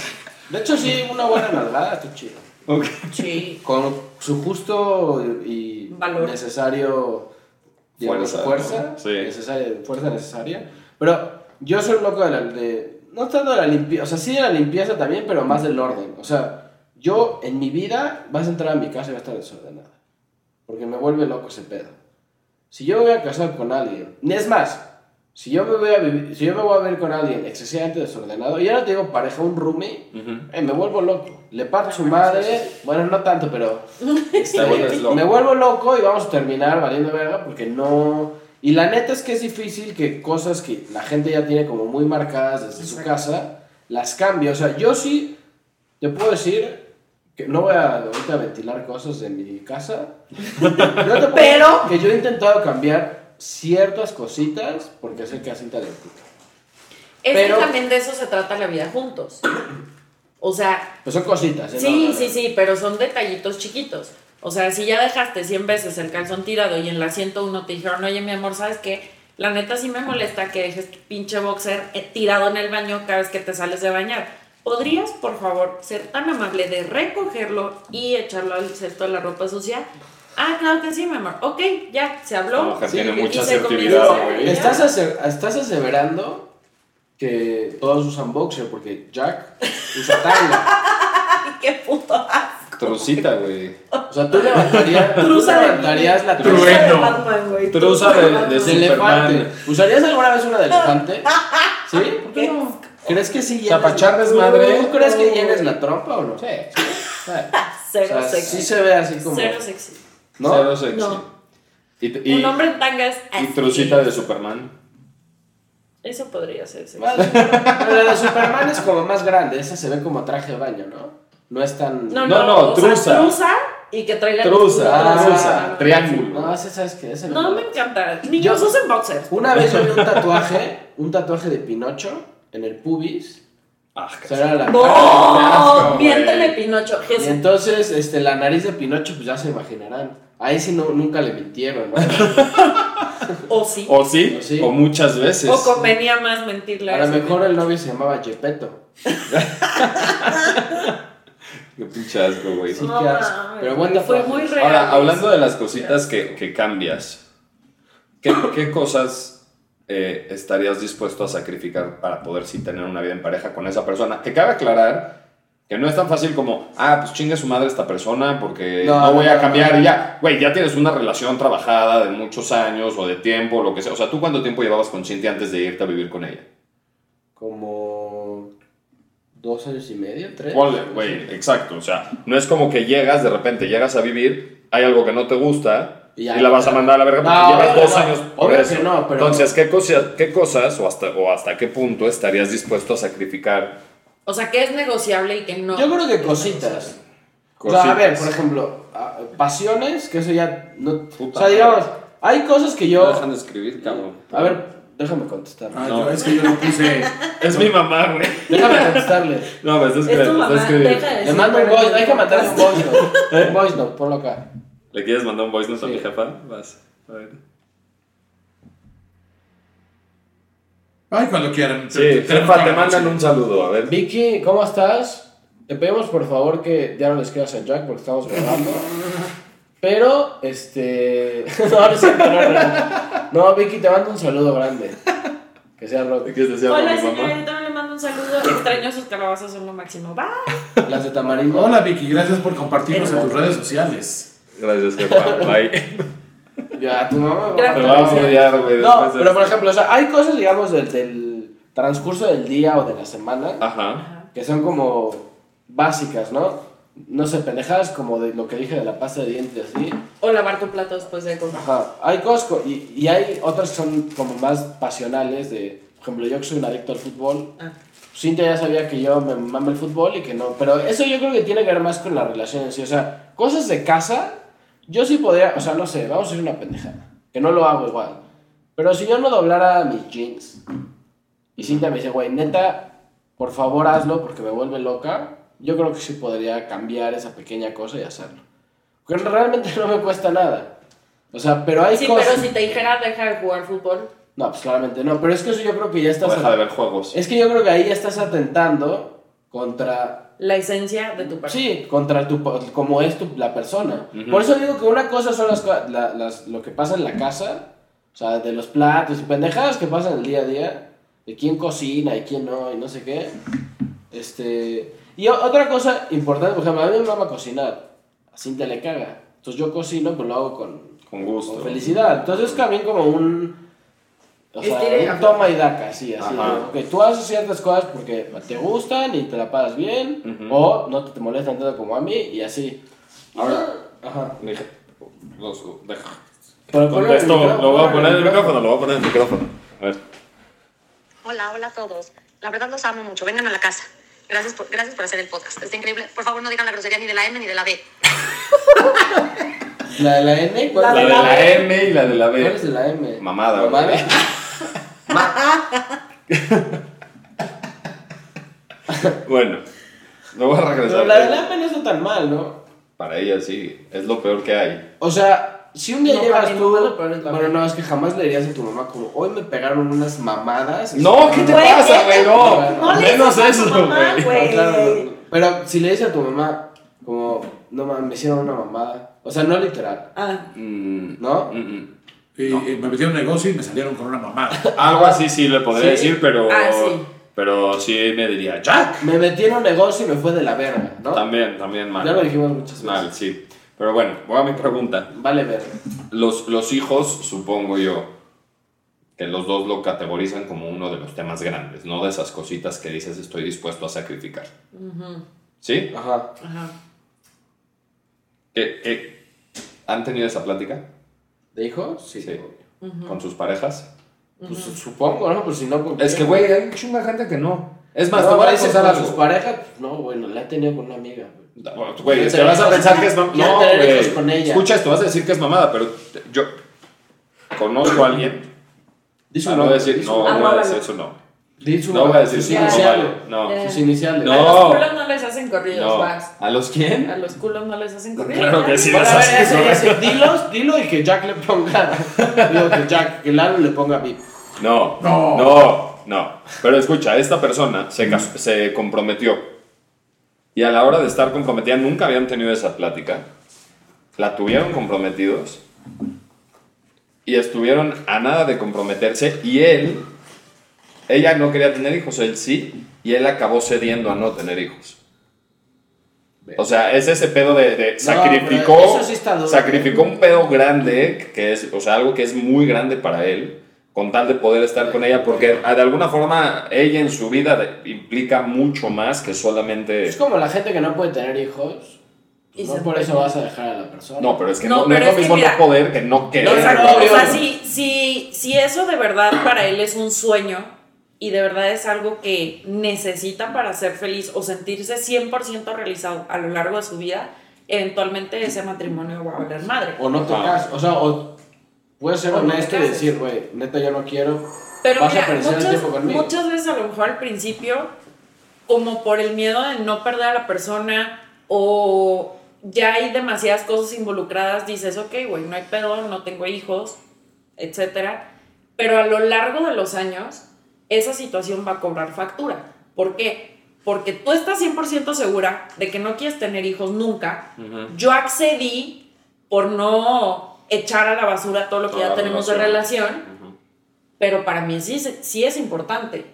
De hecho, sí, una buena nalgada está chido. Ok. Sí. Con su justo y Valor. necesario digamos, Fuerza, fuerza. ¿no? Sí. necesaria- fuerza necesaria. Pero yo soy un loco de, la, de- No tanto de la limpieza, o sea, sí de la limpieza también, pero más del orden. O sea, yo en mi vida vas a entrar a mi casa y va a estar desordenada. Porque me vuelve loco ese pedo. Si yo me voy a casar con alguien, ni es más, si yo me voy a vivir, si yo me voy a ver con alguien excesivamente desordenado, y ahora te digo pareja, un roomie, Ujú. eh, me vuelvo loco. Le parto su madre. Bueno, no tanto, pero. este, Te vuelves loco. me vuelvo loco y vamos a terminar valiendo verga porque no. Y la neta es que es difícil que cosas que la gente ya tiene como muy marcadas desde su Exacto. casa las cambie. O sea, yo sí te puedo decir que no voy a ahorita ventilar cosas de mi casa. Yo te puedo Pero- decir que yo he intentado cambiar ciertas cositas porque sé que así te gusta. Es Pero- que también de eso se trata la vida juntos. O sea, Pues son cositas. ¿eh? No, Sí, no, no. sí, sí, pero son detallitos chiquitos. O sea, si ya dejaste 100 veces el calzón tirado y en la 101 te dijeron, oye, mi amor, ¿sabes qué? La neta sí me molesta que dejes tu pinche boxer eh, tirado en el baño cada vez que te sales de bañar. ¿Podrías, por favor, ser tan amable de recogerlo y echarlo al cesto de la ropa sucia? Ah, claro que sí, mi amor. Ok, ya, se La habló. mujer Sí, tiene y mucha se asertividad, comienza- güey. Estás, ase- estás aseverando que todos usan boxer porque Jack usa tanga. Ay, qué puto asco. Trucita, güey. O sea, tú levantarías, tú Truza de levantarías la Trueno. truza Truza de Batman, güey. Truza de- de- de Batman. Superman. elefante. ¿Usarías alguna vez una de elefante? ¿Sí? ¿Por qué no? ¿Crees que sí O sea, llenas? para echar desmadre. ¿Tú crees que llenes la trompa o no? Sí. O Cero sea, sexy. sí se ve así como. Cero sexy. ¿No? Cero sexy. No. Y, y, un hombre en tanga es y así. trucita de Superman. Eso podría ser sexy. Bueno, pero la de Superman es como más grande. Esa se ve como traje de baño, ¿no? No es tan. No, no, No, no, o sea, trusa. trusa y que traiga Trusa, Ah, trusa, no. triángulo. No, esa sabes que esa No, me encanta. Niños Yo- usen boxers. Una vez yo vi un tatuaje, un tatuaje de Pinocho en el pubis. Ah, O sea, era la ¡No! güey. Miéntele, Oh, Pinocho. Y Jesús. entonces, este, la nariz de Pinocho, pues ya se imaginarán. Ahí sí no, nunca le mintieron, ¿no? O sí. o sí, O sí. o muchas veces. O convenía más mentirle. A lo ese mejor el novio se llamaba Gepetto. Qué pinche asco, güey. Sí, No, qué asco. mames, Pero buen Fue tatuaje. muy real. Ahora, hablando de las cositas que, que cambias, ¿qué, qué cosas eh, estarías dispuesto a sacrificar para poder sí tener una vida en pareja con esa persona? Que cabe aclarar Que no es tan fácil como, ah, pues chingue su madre esta persona porque no, No, no, voy no, a no, cambiar no. y ya. Güey, ya tienes una relación trabajada de muchos años o de tiempo, lo que sea. O sea, ¿tú cuánto tiempo llevabas con Cintia antes de irte a vivir con ella? Como dos años y medio, tres. Ponle, güey, exacto. O sea, no es como que llegas, de repente llegas a vivir, hay algo que no te gusta y, Y ya. la vas a mandar a la verga porque No, llevas obvio dos no. años por Obvio que eso. no, pero- Entonces, ¿qué cosas, qué cosas o, hasta, o hasta qué punto estarías dispuesto a sacrificar? O sea, que es negociable y que no. Yo creo que cositas. O sea, a cositas? ver, por ejemplo, a- pasiones, que eso ya no... Puta o sea, madre. digamos, hay cosas que No yo... dejan de escribir, cabrón. A ver, déjame contestar. Ah, No. yo- es que yo lo puse. Es mi mamá, güey. Déjame contestarle. No, me estás Es tu escribiendo, mamá, estás escribiendo. deja de Le decir, mando un pero voice, no hay que mandar un importa. voice note. Un voice note, ponlo acá. ¿Le quieres mandar un voice note a Sí. mi jefa? Vas. A ver. Ay, cuando quieran. Sí, jefa, te mandan sí. un saludo, a ver. Vicky, ¿cómo estás? Te pedimos por favor que ya no les escribas a Jack porque estamos grabando. Pero, este. No, no, es cierto, no, no, no. No, Vicky, te mando un saludo grande. Que sea rock. ¿Qué quieres decir a Hola, mi señora, mamá? yo también le mando un saludo. Extraño sus calabazas, son lo máximo. Bye. Las de Tamarindo. Hola Vicky, gracias por compartirnos en tus redes sociales. Gracias, jefa. Bye. Ya, tu mamá. mamá. Te vamos a odiar, güey. No, después de pero por esto. ejemplo, o sea, hay cosas, digamos, del, del transcurso del día o de la semana Ajá. que son como básicas, ¿no? No sé, pendejadas como de lo que dije de la pasta de dientes, así. O lavar tu plato después de comer. Ajá, hay cosas co- y, y hay otras que son como más pasionales de, por ejemplo, yo que soy un adicto al fútbol, Ah. Cintia ya sabía que yo me mamo el fútbol y que no, pero eso yo creo que tiene que ver más con las relaciones, o sea, cosas de casa, yo sí podría, o sea, no sé, vamos a hacer una pendejada, que no lo hago igual, pero si yo no doblara mis jeans y Cintia me dice, güey, neta, por favor hazlo porque me vuelve loca, yo creo que sí podría cambiar esa pequeña cosa y hacerlo, porque realmente no me cuesta nada. O sea, pero hay Sí, cosas... pero si te dijera deja de jugar fútbol, No, pues claramente no, pero es que eso yo creo que ya estás... Deja de ver juegos. Es que yo creo que ahí ya estás atentando contra... la esencia de tu persona. Sí, contra tu... como es tu, la persona. Por eso digo que una cosa son las, co- la- las- lo que pasa en la casa, o sea, de los platos y pendejadas que pasan el día a día, de quién cocina y quién no y no sé qué. Este... Y o- otra cosa importante, por ejemplo, a mí me mama cocinar, a Cintia le caga. Entonces yo cocino, pero lo hago con, Con con gusto. felicidad. Entonces es también como un. O sea, Estire- un toma y daca, así, así. Ajá. ¿no? Que tú haces ciertas cosas porque te gustan y te la pagas bien, Ujú. o no te, te molestan tanto como a mí, y así. Ahora, Ajá. mi je- los- deja. Pero ponlo en el Contesto, micrófono, lo voy a ponlo poner en el micrófono, lo voy a poner en el micrófono. A ver. Hola, hola a todos. La verdad los amo mucho. Vengan a la casa. Gracias por, gracias por hacer el podcast. Está increíble. Por favor, no digan la grosería ni de la M ni de la B. ¿La de la N? ¿Cuál, La La de cuál la M y la de la es de B. la M? Mamada, güey. Mamada. Bueno, lo voy a regresar. Pero la de la M no está tan mal, ¿no? Para ella sí, es lo peor que hay. O sea, si un día No, para llevas mí tú. no, pero es la Bueno, M. no, es que jamás le dirías a tu mamá como, hoy me pegaron unas mamadas. No, ¿qué te Güey, pasa, güey? no, No, no le menos digas a eso, tu mamá, Ah, güey. güey. No, claro, no, no. Pero si le dices a tu mamá, como, no mames, me hicieron una mamada. O sea, no literal, Ah, Mm, ¿no? mm, mm. Y, y me metieron en un negocio y me salieron con una mamada. Algo así sí le podría Sí. decir, pero. Ah, sí. Pero sí me diría, ¡Jack! Me metí en un negocio y me fue de la verga, ¿no? También, también mal. Ya lo dijimos muchas veces. Mal, sí. Pero bueno, voy a mi pregunta. Vale verga. Los, los hijos, supongo yo, que los dos lo categorizan como uno de los temas grandes, no de esas cositas que dices estoy dispuesto a sacrificar. ¿Sí? Ajá. ajá. ¿Qué- qué- han tenido esa plática? ¿De hijos? Sí. Sí. ¿Con sus parejas? Pues supongo, ¿no? Pues si no, ¿con Es quién? que, güey, hay un chingo de gente que no. Es No, más, te voy a dices contar con sus algo. parejas, pues, no, bueno, la he tenido con una amiga. Güey, es que Quieren vas a tener pensar hijos- que es mam- quieren No, tener güey. hijos con ella. Escucha esto, vas a decir que es mamada, pero te- yo conozco a alguien. Dice Ah, un no voy a nombre, decir, dice no, un no nombre. voy a Arróbalo. decir su nombre. Dice un No voy a nombre, decir sus su iniciales. nombre. No. Eh, Sus iniciales. A No. los culos no les hacen corridos, No. vas. ¿A los quién? A los culos no les hacen corridos. Claro que sí, Bueno, les a ver, haces ese, correr. ese, dilos, dilo y que Jack le ponga. Digo que Jack, que Lalo le ponga beep. No, no, No. no, Pero escucha, esta persona Mm. se, cas- se comprometió. Y a la hora de estar comprometida, nunca habían tenido esa plática. La tuvieron comprometidos. Y estuvieron a nada de comprometerse. Y él, ella no quería tener hijos, él sí. Y él acabó cediendo a no tener hijos. O sea, es ese pedo de, de sacrificó, pero eso sí está duro, ¿eh? sacrificó un pedo grande, que es, o sea, algo que es muy grande para él, con tal de poder estar con ella, porque ah, de alguna forma ella en su vida de- implica mucho más que solamente... Es como la gente que no puede tener hijos. Y no se por eso muere. vas a dejar a la persona. No, pero es que No, no, no pero es es lo que mismo mira- no poder que no querer. Exacto, no, o sea, no. si, si, si eso de verdad para él es un sueño y de verdad es algo que necesita para ser feliz o sentirse 100% realizado a lo largo de su vida, eventualmente ese matrimonio va a valer madre. O no te Ah. casas. O sea, o puedes ser O no te honesto y cases. decir, güey, neta yo no quiero. Pero vas mira, a perder el muchas, tiempo conmigo. muchas veces a lo mejor al principio, como por el miedo de no perder a la persona o ya hay demasiadas cosas involucradas, dices, ok, güey, no hay pedo, no tengo hijos, etcétera. Pero a lo largo de los años, esa situación va a cobrar factura. ¿Por qué? Porque tú estás 100% segura de que no quieres tener hijos nunca. Yo accedí por no echar a la basura todo lo que Toda ya la tenemos de relación. relación pero para mí sí, es- sí es importante.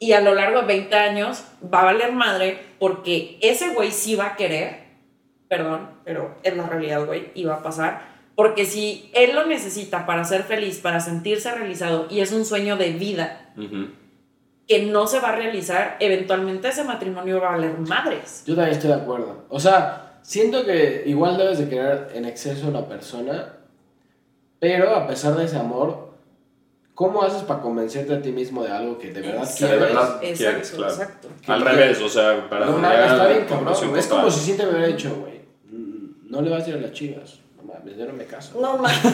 Y a lo largo de 20 años va a valer madre porque ese güey sí va a querer, perdón, pero es la realidad, güey, y va a pasar. Porque si él lo necesita para ser feliz, para sentirse realizado, y es un sueño de vida Ujú. que no se va a realizar, eventualmente ese matrimonio va a valer madres. Yo también estoy de acuerdo. O sea, siento que igual debes de querer en exceso a una persona, pero a pesar de ese amor, ¿cómo haces para convencerte a ti mismo de algo que de verdad Exacto, Que de quieres? verdad Exacto, quieres, claro. exacto. Al revés, o sea, para No llegar mames, a está la bien, cabrón. conclusión Es como total. si siempre me hubiera dicho, güey, mm, no le vas a ir a las chivas. No mames, yo no me caso. No más.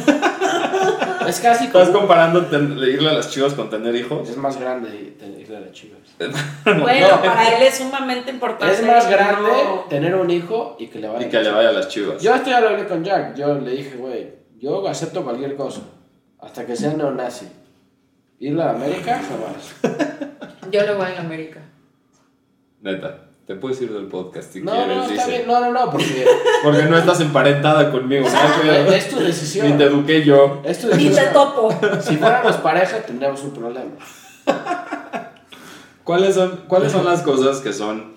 Es casi Estás como... comparando ten- irle a las chivas con tener hijos. Es más grande y te- irle a las chivas. Bueno, No. para él es sumamente importante. Es más y grande no- tener un hijo y que le vaya Y que le vaya a las chivas. Yo esto ya lo hablé con Jack. Yo le dije, güey, yo acepto cualquier cosa. Hasta que sea neonazi. Irle a América, jamás. Yo lo voy en América. Neta, te puedes ir del podcast si No, quieres, no, está dice. bien. No, no, no, porque Porque no estás emparentada conmigo, ¿no? güey, es tu decisión. Ni te eduqué yo. es tu Y te decisión. topo. Si fuéramos pareja, tendríamos un problema. ¿Cuáles son, ¿Cuáles son las cosas que son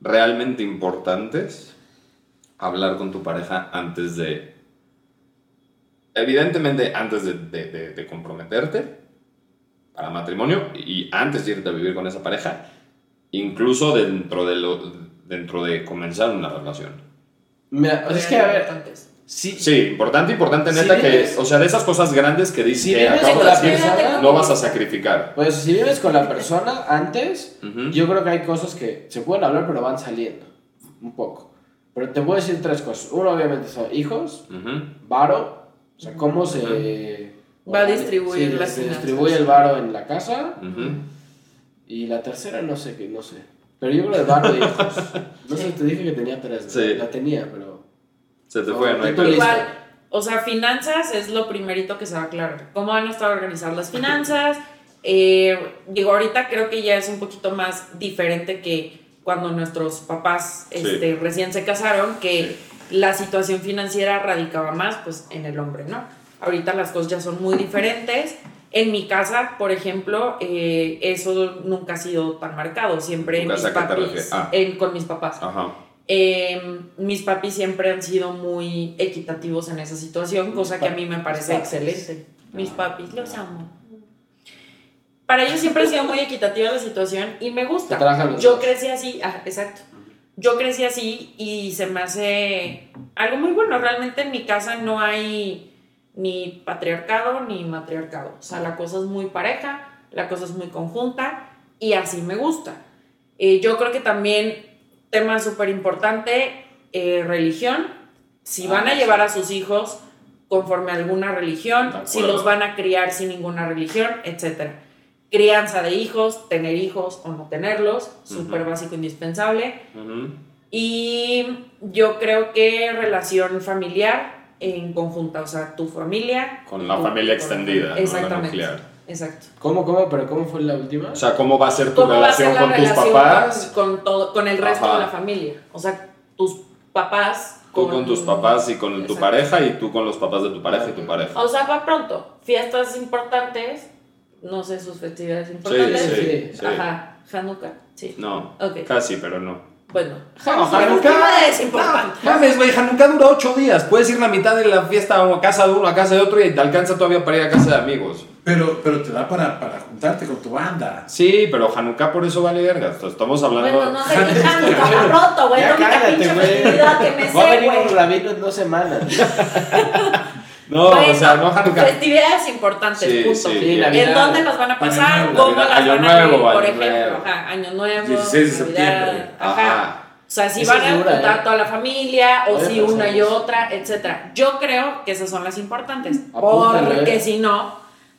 realmente importantes hablar con tu pareja antes de... Evidentemente antes de, de- de- de comprometerte para matrimonio y antes de irte a vivir con esa pareja, incluso dentro de, lo, dentro de comenzar una relación. Mira, o sea, es que, a ver, si, Sí, importante, importante, Si neta, vienes- que, o sea, de esas cosas grandes que dices si que vienes acabo con de la decir, persona... no vas a sacrificar. Pues si vives con la persona antes, Ujú. yo creo que hay cosas que se pueden hablar, pero van saliendo. Un poco. Pero te puedo decir tres cosas. Uno, obviamente, son hijos. Ujú. varo, o sea, cómo se Va a distribuir Sí, las se finanzas. distribuye el varo en la casa Ujú. y la tercera no sé qué, no sé. Pero yo creo el varo de hijos. No sé, te dije que tenía tres. ¿no? Sí. La tenía, pero Se te fue, no hay Tú pedo. listo. Igual, o sea, finanzas es lo primerito que se va a aclarar. ¿Cómo van a estar organizadas las finanzas? Eh, digo, ahorita creo que ya es un poquito más diferente que cuando nuestros papás Sí. este, recién se casaron, que la situación financiera radicaba más pues, en el hombre, ¿no? Ahorita las cosas ya son muy diferentes. En mi casa, por ejemplo, eh, eso nunca ha sido tan marcado. Siempre ¿En en tu mis casa a qué te papis, refieres? Ah. en- con mis papás. Ajá. Eh, mis papis siempre han sido muy equitativos en esa situación, cosa que a mí me parece papis. excelente. Mis papis, los amo. Para ellos siempre ha sido muy equitativa la situación y me te gusta. trabajan los Yo dos. crecí así, ah, exacto. Yo crecí así y se me hace algo muy bueno. Realmente en mi casa no hay ni patriarcado ni matriarcado. O sea, la cosa es muy pareja, la cosa es muy conjunta y así me gusta. Eh, yo creo que también, tema súper importante, eh, religión. Si Ah, van a llevar a sus hijos conforme a alguna religión, De si acuerdo. los van a criar sin ninguna religión, etc. Crianza de hijos, tener hijos o no tenerlos, súper básico, indispensable. Ujú. Y yo creo que relación familiar en conjunta, o sea, tu familia. Con la familia con- extendida, ¿no? La Exactamente. nuclear. exacto. ¿Cómo, cómo? ¿Pero cómo fue la última? O sea, ¿cómo va a ser tu ¿Cómo va a ser relación la con tus relación papás? Con, todo, con el resto Ajá. de la familia. O sea, tus papás. Tú con tus papás y con tu Exacto. pareja y tú con los papás de tu pareja y tu pareja. O sea, va pronto. Fiestas importantes. No sé, sus festividades Sí, importantes. sí, Sí. sí. Ajá. Hanukkah. Sí. No, Ok. casi, pero no. Bueno, Hanukkah. Hanukkah es importante. Mames, güey, Hanukkah dura ocho días. Puedes ir la mitad de la fiesta a una casa de uno, a casa de otro y te alcanza todavía para ir a casa de amigos. Pero, pero te da para, para juntarte con tu banda. Sí, pero Hanukkah por eso vale verga. Entonces, Estamos hablando. Bueno, no sé qué Hanukkah roto, güey. Ya La única cállate, Ah, pinche güey. festividad que me Va a sé, venir un güey. rabino en dos semanas. No, Bueno, o sea, no Hanukkah. Festividades importantes, Sí, punto. sí, Sí, la- ya. ¿En Navidad. dónde las van a pasar? Año Nuevo, ¿Cómo Navidad, las Año van a vivir? Nuevo, Por Año ejemplo, Nuevo. ajá, Año Nuevo, 16 de Navidad, septiembre. Ajá. Ajá. O sea, si Esa van es a dura, juntar ¿eh? toda la familia, o Nueve si una y personas. otra, etcétera. Yo creo que esas son las importantes. Apúntale. Porque si no,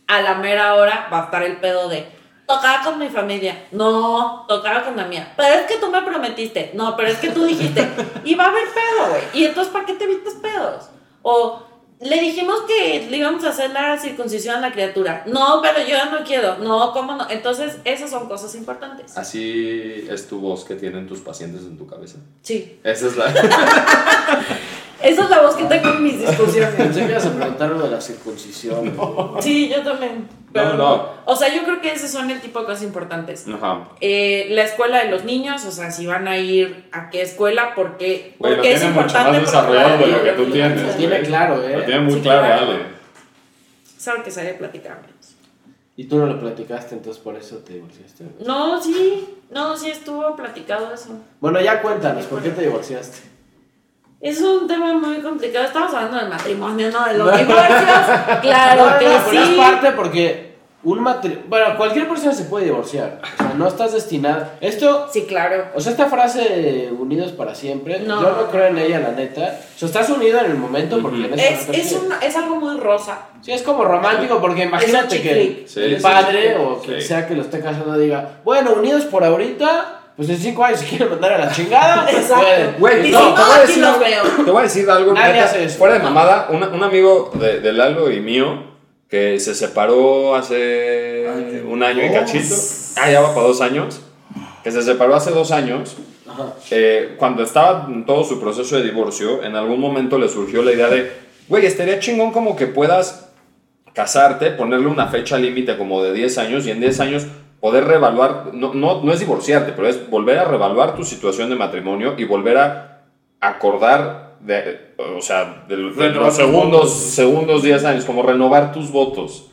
a la mera hora va a estar el pedo de tocaba con mi familia, no, tocaba con la mía, pero es que tú me prometiste, no, pero es que tú dijiste, y va a haber pedo, güey, y entonces ¿para qué te vistes pedos? O le dijimos que le íbamos a hacer la circuncisión a la criatura, no, pero yo no quiero, no, ¿cómo no? Entonces, esas son cosas importantes. Así es tu voz que tienen tus pacientes en tu cabeza. Sí, Esa es la. esa es la voz que tengo en mis discusiones. Pensé que ibas a preguntar lo de la circuncisión. Sí, yo también. Pero No, no, no. O sea, yo creo que esos son el tipo de cosas importantes. Ajá. Eh, la escuela de los niños, o sea, si van a ir a qué escuela, porque, Güey, lo porque es tiene mucho importante. más desarrollado de lo que tú porque- tienes. Tiene güey. claro, ¿eh? Lo tiene muy Sí, claro, claro. Ale. Sabe que sabe platicar menos. Y tú no lo platicaste, entonces por eso te divorciaste. No, sí, no, sí estuvo platicado eso. Bueno, ya cuéntanos, ¿por qué te divorciaste? Es un tema muy complicado. Estamos hablando del matrimonio, no de los divorcios. Claro No, no, que no, pero es sí. parte porque un matrimonio. Bueno, cualquier persona se puede divorciar. O sea, no estás destinada. Esto. Sí, claro. O sea, esta frase de unidos para siempre, No. yo no creo en ella, la neta. O sea, estás unido en el momento porque Ujú. en ese Es, momento es, sí. un- es algo muy rosa. Sí, es como romántico porque imagínate chick que flick. Sí, el sí, padre sí. o quien Sí. sea que lo esté casando diga, bueno, unidos por ahorita, pues en cinco años se quieren mandar a la chingada. pues Exacto. pueden". Güey, Y no, si te no, voy a aquí decir los algo- veo. Te voy a decir algo. Nadie neta, hace eso. Fuera de mamada, una- un amigo de, de Lalo y mío que se separó hace Ay, qué un año y dos. cachito. Ah, ya va para dos años. Que se separó hace dos años. Ajá. eh, cuando estaba en todo su proceso de divorcio, en algún momento le surgió la idea de, güey, estaría chingón como que puedas casarte, ponerle una fecha límite como de 10 años y en 10 años poder revaluar, no, no, no es divorciarte, pero es volver a revaluar tu situación de matrimonio y volver a acordar, de, o sea, de, de Renovar los tus segundos, votos. segundos 10 años, como renovar tus votos.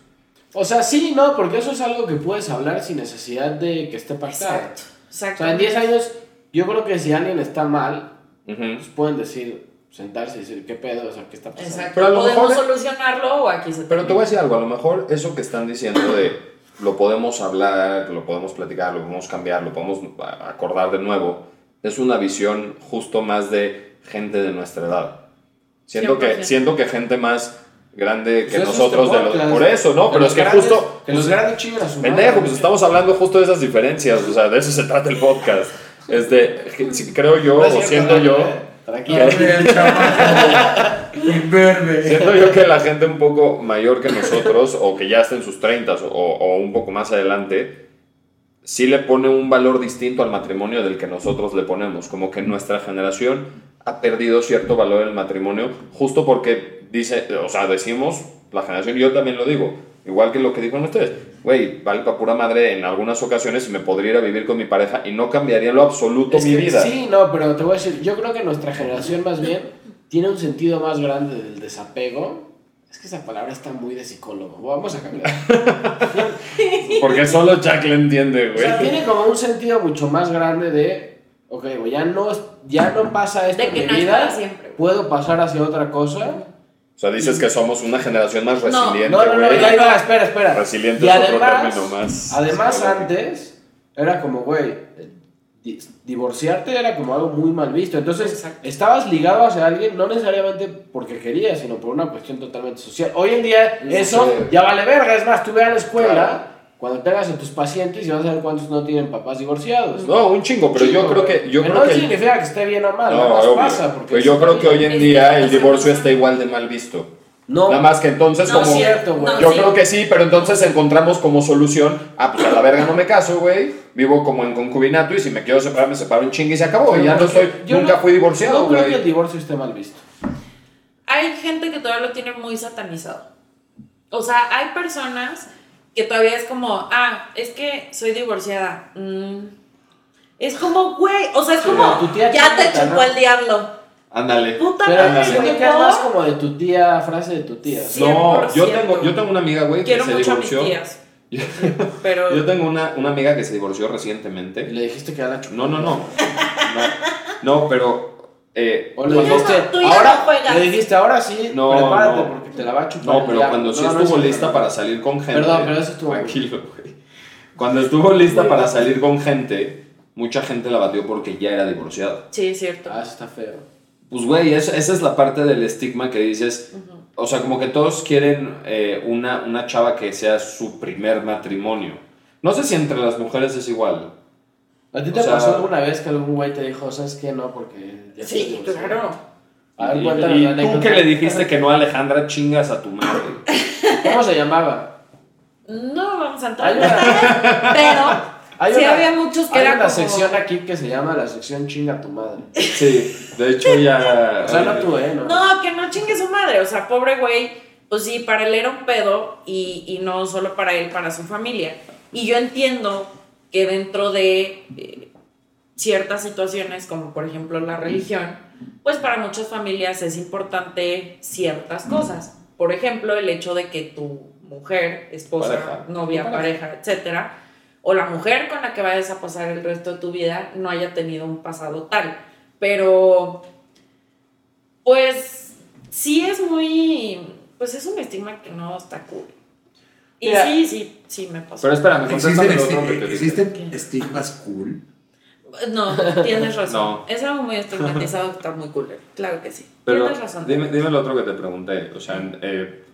O sea, sí, no, porque eso es algo que puedes hablar sin necesidad de que esté pactado. Exacto. O Exacto. sea, en 10 años, yo creo que si alguien está mal, Ujú. pues pueden decir, sentarse y decir, ¿qué pedo? O sea, ¿qué está pasando? Exacto. Pero a lo Podemos mejor- solucionarlo o aquí se Pero te voy a decir algo, a lo mejor eso que están diciendo de lo podemos hablar, lo podemos platicar, lo podemos cambiar, lo podemos a- acordar de nuevo, es una visión justo más de gente de nuestra edad. Siento, que, 100%. siento que gente más grande que Pues eso es nosotros, este de los- podcast. por eso, ¿no? De Pero los es que grandes- justo... Que los grandes chinguen a su madre. Pendejo, pues estamos hablando justo de esas diferencias, o sea, de eso se trata el podcast. Este, si creo yo, No es o cierto, siento no, yo... eh, A Tranquilo. ver, chamaco. Imberbe. Siento yo que la gente un poco mayor que nosotros, o que ya está en sus 30 o, o un poco más adelante, sí le pone un valor distinto al matrimonio del que nosotros le ponemos. Como que nuestra generación ha perdido cierto valor en el matrimonio, justo porque dice, o sea, decimos, la generación, yo también lo digo, igual que lo que dijeron ustedes, güey, vale para pura madre en algunas ocasiones y me podría ir a vivir con mi pareja y no cambiaría en lo absoluto Es mi que vida. Sí, no, pero te voy a decir, yo creo que nuestra generación más bien tiene un sentido más grande del desapego. Es que esa palabra está muy de psicólogo. Vamos a cambiar. Porque solo Jack le entiende, O güey. sea, tiene como un sentido mucho más grande de, ok, güey, ya no, ya no pasa esto De en que mi no es vida, para siempre. puedo pasar hacia otra cosa. O sea, dices que somos una generación más No, resiliente, No, güey. no, no, ya iba, espera, espera. Resiliente Y es otro además- término más Además, psicológico. antes era como, güey, eh, di- divorciarte era como algo muy mal visto. Entonces, Exacto. estabas ligado hacia alguien, no necesariamente porque querías, sino por una cuestión totalmente social. Hoy en día, Sí. eso ya vale verga. Es más, tú ve a la escuela. Claro. Cuando tengas a tus pacientes y vas a ver cuántos no tienen papás divorciados. No, un chingo, pero yo creo que. Yo Pero creo no que el- significa que esté bien o mal, No, nada más obvio. pasa. Porque Pero yo creo que hoy en Es día que- el divorcio está igual de mal visto. no, Nada más que entonces, No, como. sí, cierto, güey. no, Yo sí. creo que sí, pero entonces encontramos como solución. Ah, pues a la verga no me caso, güey. Vivo como en concubinato y si me quiero separar, me separo en chingue y se acabó. pero y ya no porque soy. yo Nunca no- fui divorciado, No güey. creo que el divorcio esté mal visto. hay gente que todavía lo tiene muy satanizado. O sea, hay personas que todavía es como, ah, es que soy divorciada. Mm, Es como, güey, o sea, es Sí, como, tu tía ya te chingada, chupó ¿no? el diablo. Ándale. Puta Pero madre, siento güey, que es más ¿por? como de tu tía, frase de tu tía. Sí. No, yo 100%. tengo, yo tengo una amiga, güey, que Quiero se mucho a mis divorció. tías. Pero, Yo tengo una, una amiga que se divorció Y recientemente. le dijiste que era la chupó. No, no, no. No, no, pero. eh, O le cuando- dijiste, no, tú ya no ahora, juegas. le dijiste, ahora sí, No, prepárate no. porque te la va a chupar. No, pero ya. cuando sí No, no estuvo es cierto. lista para salir con gente. Perdón, pero eso estuvo- Tranquilo, güey. Cuando estuvo lista para salir con gente, mucha gente la batió porque ya era divorciada. sí, es cierto. Ah, eso está feo. Pues, güey, es- esa es la parte del estigma que dices. O sea, como que todos quieren eh, una, una chava que sea su primer matrimonio. No sé si entre las mujeres es igual. ¿A ti O te sea- pasó alguna vez que algún güey te dijo, sabes qué, no, porque ya estoy Sí, divorciado"? claro. A ver, Y- cuéntanos y la tú anécdota. que le dijiste que no a Alejandra, chingas a tu madre. ¿Cómo se llamaba? No vamos a entrar Hay en una- detalles, pero Hay sí una- había muchos que Hay eran una como... sección aquí que se llama la sección chinga tu madre. Sí, de hecho ya... O sea, no tú, ¿eh? No. No, que no chingue su madre. O sea, pobre güey, pues sí, para él era un pedo y, y no solo para él, para su familia. Y yo entiendo que dentro de eh, ciertas situaciones, como por ejemplo la religión, pues para muchas familias es importante ciertas cosas. Por ejemplo, el hecho de que tu mujer, esposa, Pareja. novia, pareja. etcétera, o la mujer con la que vayas a pasar el resto de tu vida no haya tenido un pasado tal. Pero pues sí es muy. Pues es un estigma que no está cool. Y Mira. sí, sí, sí me pasó. Pero espérame, ¿Existen, contéstame lo otro que esti- te dije. existen estigmas cool? No, tienes razón. No. Es algo muy estigmatizado, está muy cool. Claro que sí. Pero tienes razón. dime, dime lo otro que te pregunté. O sea, en- eh,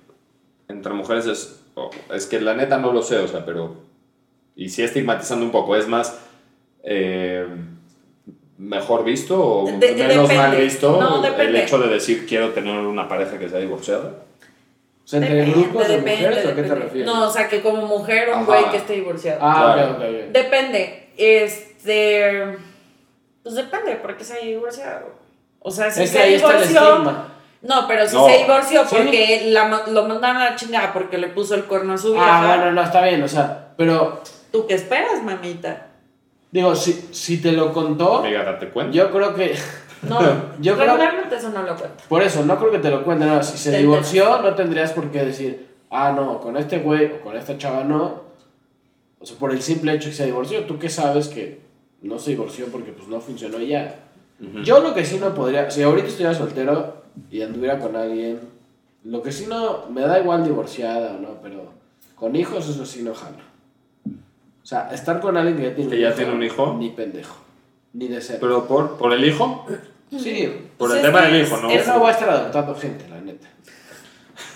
entre mujeres es. o- es que la neta no lo sé, o sea, pero. Y sí estigmatizando un poco. ¿Es más. eh, mejor visto o De- menos depende. mal visto No, el depende. hecho de decir quiero tener una pareja que sea divorciada? O sea, ¿entre Depende, grupos de depende, mujeres o qué te depende. refieres? No, o sea, que como mujer, un Ajá. güey que esté divorciado. Ah, Claro. ok, ok, ok. Depende. Este. Pues depende, porque se haya divorciado. O sea, si Es que se ahí está el divorció. estigma. No, pero si No. se divorció Sí. porque la ma- lo mandaron a la chingada porque le puso el cuerno a su vieja. Ah, bueno, no, está bien, o sea, pero ¿Tú qué esperas, mamita? digo, si, si te lo contó, Amiga, date cuenta. yo creo que, No, Yo creo- regularmente eso no lo cuento. por eso, no creo que te lo cuente, no, si se Te divorció, no tendrías por qué decir, ah, no, con este güey o con esta chava no, o sea, por el simple hecho que se divorció, tú qué sabes que no se divorció porque pues no funcionó y ya. Ujú. Yo lo que sí no podría, si ahorita estuviera soltero y anduviera con alguien, lo que sí no, me da igual divorciada o no, pero con hijos eso sí no jalo. O sea, estar con alguien que ya tiene, ¿Que ya tiene un hijo? Ni pendejo. Ni de ser. Pero por, por el hijo, sí, por Pues el es tema que del es- hijo, ¿no? él no va a estar adoptando gente, la neta.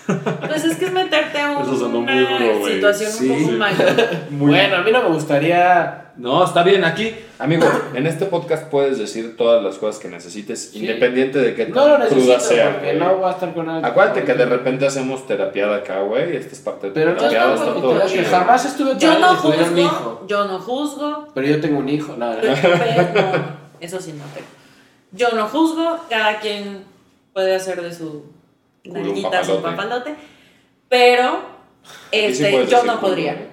Pues es que es meterte a Eso sonó una muy duro, güey. situación Sí. un poco mayor. Muy- bueno, a mí no me gustaría. No, está bien, aquí, amigo, en este podcast puedes decir todas las cosas que necesites, Sí. independiente de qué No lo tan necesito cruda sea. porque güey. no voy a estar con alguien. Acuérdate que de repente hacemos terapia de acá, güey. Esta es parte de Pero no terapia, estamos está como todo terapia, que chido. jamás estuve con Yo alguien no que tuviera un hijo. juzgo, yo no juzgo, Pero yo tengo un hijo, no, no. pero eso sí no tengo. Yo no juzgo, cada quien puede hacer de su Culo un nalguita su papalote. papalote, pero Y sí este, puedes yo decir culo, no podría. güey.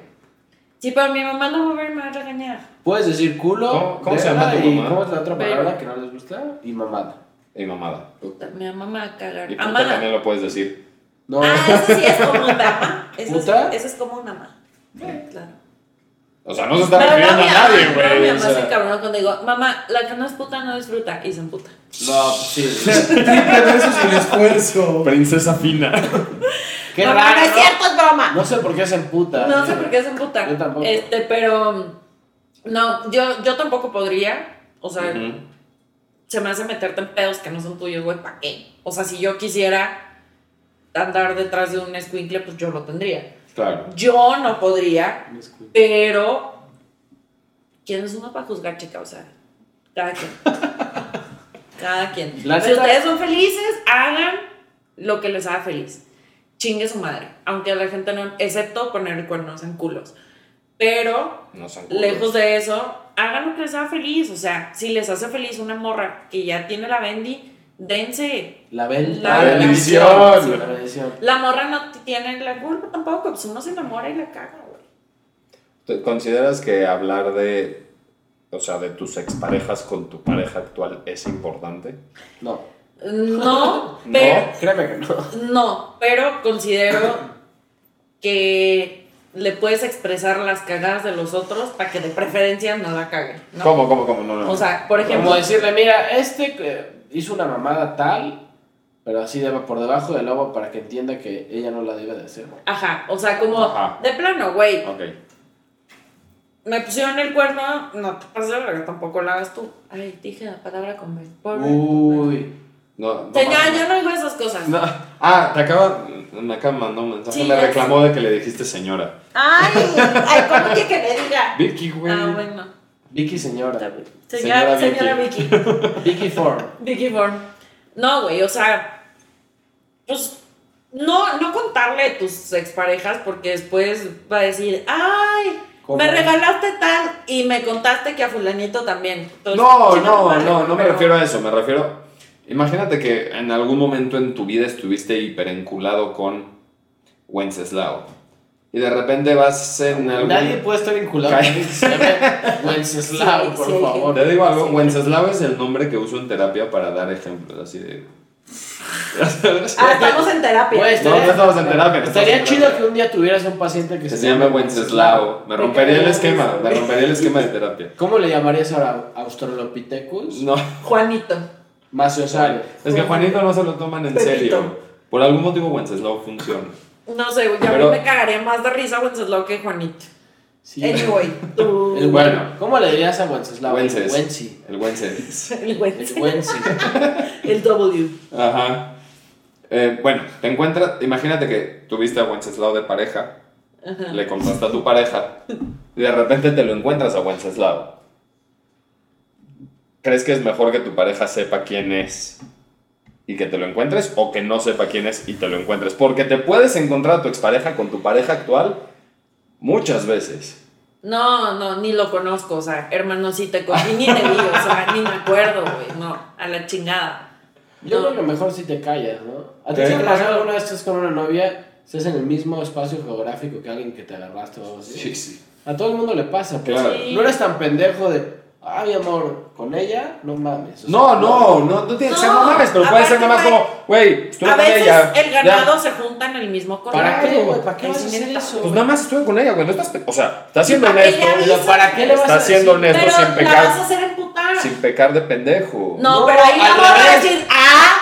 Sí, pero mi mamá no va a ver, me va a regañar. Puedes decir culo. ¿Cómo- cómo se verga llama tu y mamá? ¿Cómo es la otra Verga. palabra que no les gusta? Y mamada. Y mamada. Puta, mi mamá me va a cagar. Y puta Amada. también lo puedes decir. No. Ah, eso sí es como un mamá. Eso, ¿Puta? Es, eso es como una mamá. Claro. O sea, no se está Pero no, mi refiriendo a mamá, nadie, no, mi güey. o mamá se sea, encabrona cuando digo, mamá, la que no es puta no disfruta. Y se emputa. No, sí. sí. Triple beso sin esfuerzo. princesa fina. Qué mamá, raro. no es cierto, es broma. No sé por qué se Ah, emputa. No sé por qué se emputa. Yo tampoco. Este, pero. No, yo, yo tampoco podría. O sea, Ujú. se me hace meterte en pedos que no son tuyos, güey, ¿para qué? O sea, si yo quisiera andar detrás de un escuincle, pues yo lo tendría. Claro. Yo no podría, pero. ¿Quién es uno para juzgar, chica? O sea, cada quien. cada quien. La si neta- ustedes son felices, hagan lo que les haga feliz. Chingue su madre. Aunque la gente no. Excepto poner cuernos en culos. Pero No son culos. Lejos de eso, hagan lo que les haga feliz. O sea, si les hace feliz una morra que ya tiene la bendy, dense. La, bel- La bendición. Sí, La bendición. La morra no t- tiene la culpa tampoco, pues uno se enamora y la caga, güey. ¿Te- ¿Consideras que hablar de o sea, de tus exparejas con tu pareja actual es importante? No. No, No. pero, Créeme que no. no, pero considero que le puedes expresar las cagadas de los otros para que de preferencia no la caguen. ¿no? ¿Cómo, cómo, cómo? No, no. O sea, por ejemplo, Como decirle, mira, este eh, hizo una mamada tal, pero así de, por debajo del lobo para que entienda que ella no la debe de hacer. ajá, o sea, como Ajá. de plano, güey, ok. me pusieron el cuerno, no te pases de verga, tampoco la hagas tú. Ay, dije la palabra con B. Pobre. Uy. No, Uh, no Señora, mames. yo no digo esas cosas. No. Ah, te acaba. Me acaba de mandar un mensaje. Sí, me ya reclamó de que le dijiste señora. Ay, ay, ¿cómo que que me diga? Vicky, güey. Ah, bueno. Vicky señora. Señora, Señora señora Vicky. Vicky Ford. Vicky Form. No, güey, o sea, pues no, no contarle a tus exparejas porque después va a decir, ay, ¿Cómo? me regalaste tal y me contaste que a fulanito también. Entonces, No, chinga tu no, madre, no, no me pero- refiero a eso, me refiero. Imagínate que en algún momento en tu vida estuviste hiperenculado con Wenceslao. Y de repente vas en algún. Nadie puede estar vinculado a alguien que se llame Wenceslao, Sí, por sí, hay favor. Te digo algo, Sí. Wenceslao es el nombre que uso en terapia para dar ejemplos, así de. Ah, estamos en terapia. Güey, No, no estamos en terapia, no Estaría estamos en chido terapia. que un día tuvieras un paciente que Que se llama Wenceslao. Me rompería el esquema, me rompería el esquema de terapia. ¿Cómo le llamarías ahora? ¿Australopithecus? No, Juanito. Maciosario. es que a Juanito no se lo toman en serio. Pepito. Por algún motivo Wenceslao funciona. No sé, güey, yo a Pero- mí me cagaría más de risa Wenceslao que Juanito. Sí. Anyway, tú. El Bueno. bueno. ¿Cómo le dirías a Wenceslao? Wences. Wensi. El Wences. El El Wences. Wensi. El W. Ajá. Eh, bueno, te encuentras, imagínate que tuviste a Wenceslao de pareja, Ajá. le contaste a tu pareja y de repente te lo encuentras a Wenceslao. ¿Crees que es mejor que tu pareja sepa quién es y que te lo encuentres o que no sepa quién es y te lo encuentres? Porque te puedes encontrar a tu expareja con tu pareja actual muchas veces. No, no, ni lo conozco, o sea, hermano, sí te conocí, ni te vi, o sea, ni me acuerdo, güey, no, a la chingada. Yo No. creo que mejor si te callas, ¿no? ¿A ti ¿Qué? te ha pasado alguna vez que estás con una novia, estás en el mismo espacio geográfico que alguien que te agarraste o algo así? sí. A todo el mundo le pasa, pues. Claro. Sí. No eres tan pendejo de, ah, mi amor, con ella, no mames. O sea, No, no, no, no tiene que ser No, no mames, pero puede ser nada más aparte, como, güey, estuve A con veces ella. el ya. ganado se junta en el mismo corral. ¿Para qué, güey? ¿Para qué Es vas a hacer neta. eso? Pues nada más estuve con ella, güey. No estás. pe- O sea, estás siendo para qué le honesto. avisas? Pero ¿Para qué le vas a Estás siendo decir? honesto sin Pero la vas a pecar. hacer emputar. Sin pecar de pendejo. No, No, pero ahí la al morra va a revés. decir, ah,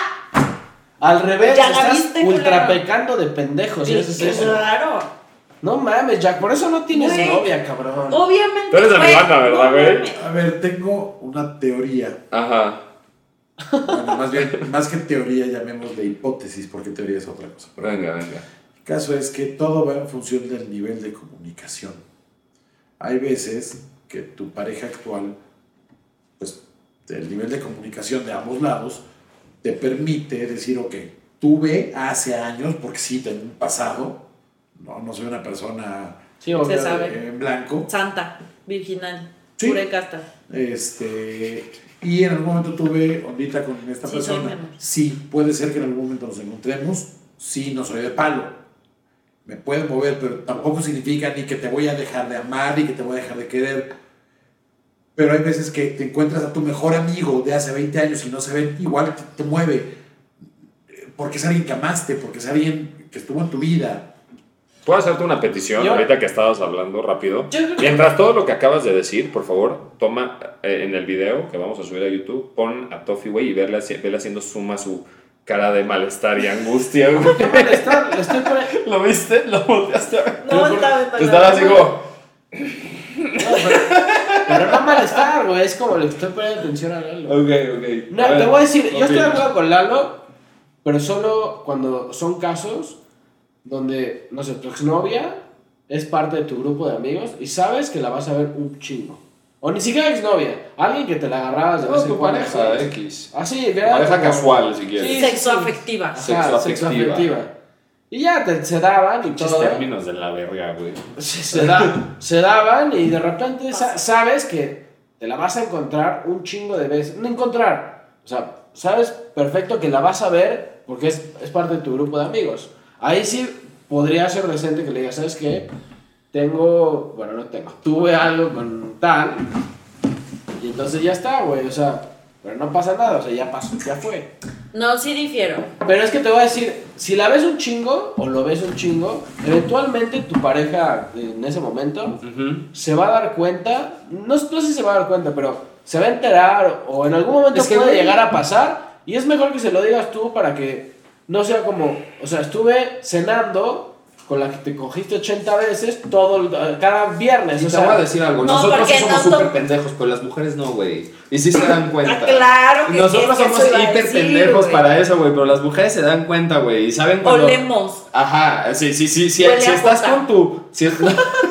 Al revés, Ya la estás viste, ultra culero. pecando de pendejos. y haces eso. claro. No mames, Jack, por eso no tienes Güey. Oh. novia, cabrón. Obviamente. Tú eres de mi güey, banda, ¿verdad, no güey? mames. A ver, tengo una teoría. Ajá. Bueno, más bien, más que teoría, llamémosle hipótesis, porque teoría es otra cosa. Pero Venga, venga. el caso es que todo va en función del nivel de comunicación. Hay veces que tu pareja actual, pues, el nivel de comunicación de ambos lados, te permite decir, ok, tuve hace años, porque sí, tengo un pasado, no, no soy una persona Sí, obvio. Se sabe. eh, en blanco, Santa, virginal, Sí. pura y casta. Este, y en algún momento tuve ondita con esta Sí, soy persona. mi amor. Sí, puede ser que en algún momento nos encontremos. Sí, no soy de palo. Me puede mover, pero tampoco significa ni que te voy a dejar de amar, ni que te voy a dejar de querer. Pero hay veces que te encuentras a tu mejor amigo de hace 20 años y no se ven, igual te, te mueve. Eh, Porque es alguien que amaste, porque es alguien que estuvo en tu vida. ¿Puedo hacerte una petición Yo- ahorita que estabas hablando rápido? Yo creo que- Mientras todo lo que acabas de decir, por favor, toma eh, en el video que vamos a subir a YouTube, pon a Toffee, güey, y verle, haci- vele haciendo suma su cara de malestar y angustia, güey. Qué malestar, le estoy poniendo- ¿Lo viste? ¿Lo volteaste? a ver? No, está Te estaba así como... No, pero, pero no malestar, güey. Es como le estoy poniendo atención a Lalo. Ok, ok. No, te voy a decir, ok. yo estoy de acuerdo con Lalo, pero solo cuando son casos donde, no sé, tu exnovia es parte de tu grupo de amigos y sabes que la vas a ver un chingo. O ni siquiera exnovia, alguien que te la agarrabas de No, vez en tu cuando, pareja ¿sabes? X. Así, que era Pareja como- casual, si quieres. Sí, Sexoafectiva. Ajá, Sexoafectiva. sexoafectiva. Y ya te, se daban y Pinches todo. ¿eh? términos de la verga, güey. se, se da- se daban y de repente sa- sabes que te la vas a encontrar un chingo de veces. No encontrar. O sea, sabes perfecto que la vas a ver porque es, es parte de tu grupo de amigos. Ahí sí podría ser decente que le digas, ¿sabes qué? Tengo, bueno, no tengo, tuve algo con tal Entonces ya está, güey, o sea, pero no pasa nada, o sea, ya pasó, ya fue. No, sí difiero. Pero es que te voy a decir, si la ves un chingo o lo ves un chingo, eventualmente tu pareja en ese momento Ujú. se va a dar cuenta, no, no sé si se va a dar cuenta, pero se va a enterar o en algún momento Es que, puede güey. llegar a pasar y es mejor que se lo digas tú para que no sea como, o sea, estuve cenando con la que te cogiste 80 veces todo el- cada viernes, Y o te voy a sea, decir algo, No, nosotros porque sí somos no to- súper pendejos, pero las mujeres no, güey. Y sí se dan cuenta. Ah, claro que Nosotros sí, es que somos eso iba a hiper decir, pendejos güey. para eso, güey, pero las mujeres se dan cuenta, güey, y saben cuando... Olemos. Ajá, sí, sí, sí, sí, Huele si a estás jota. con tu... si es-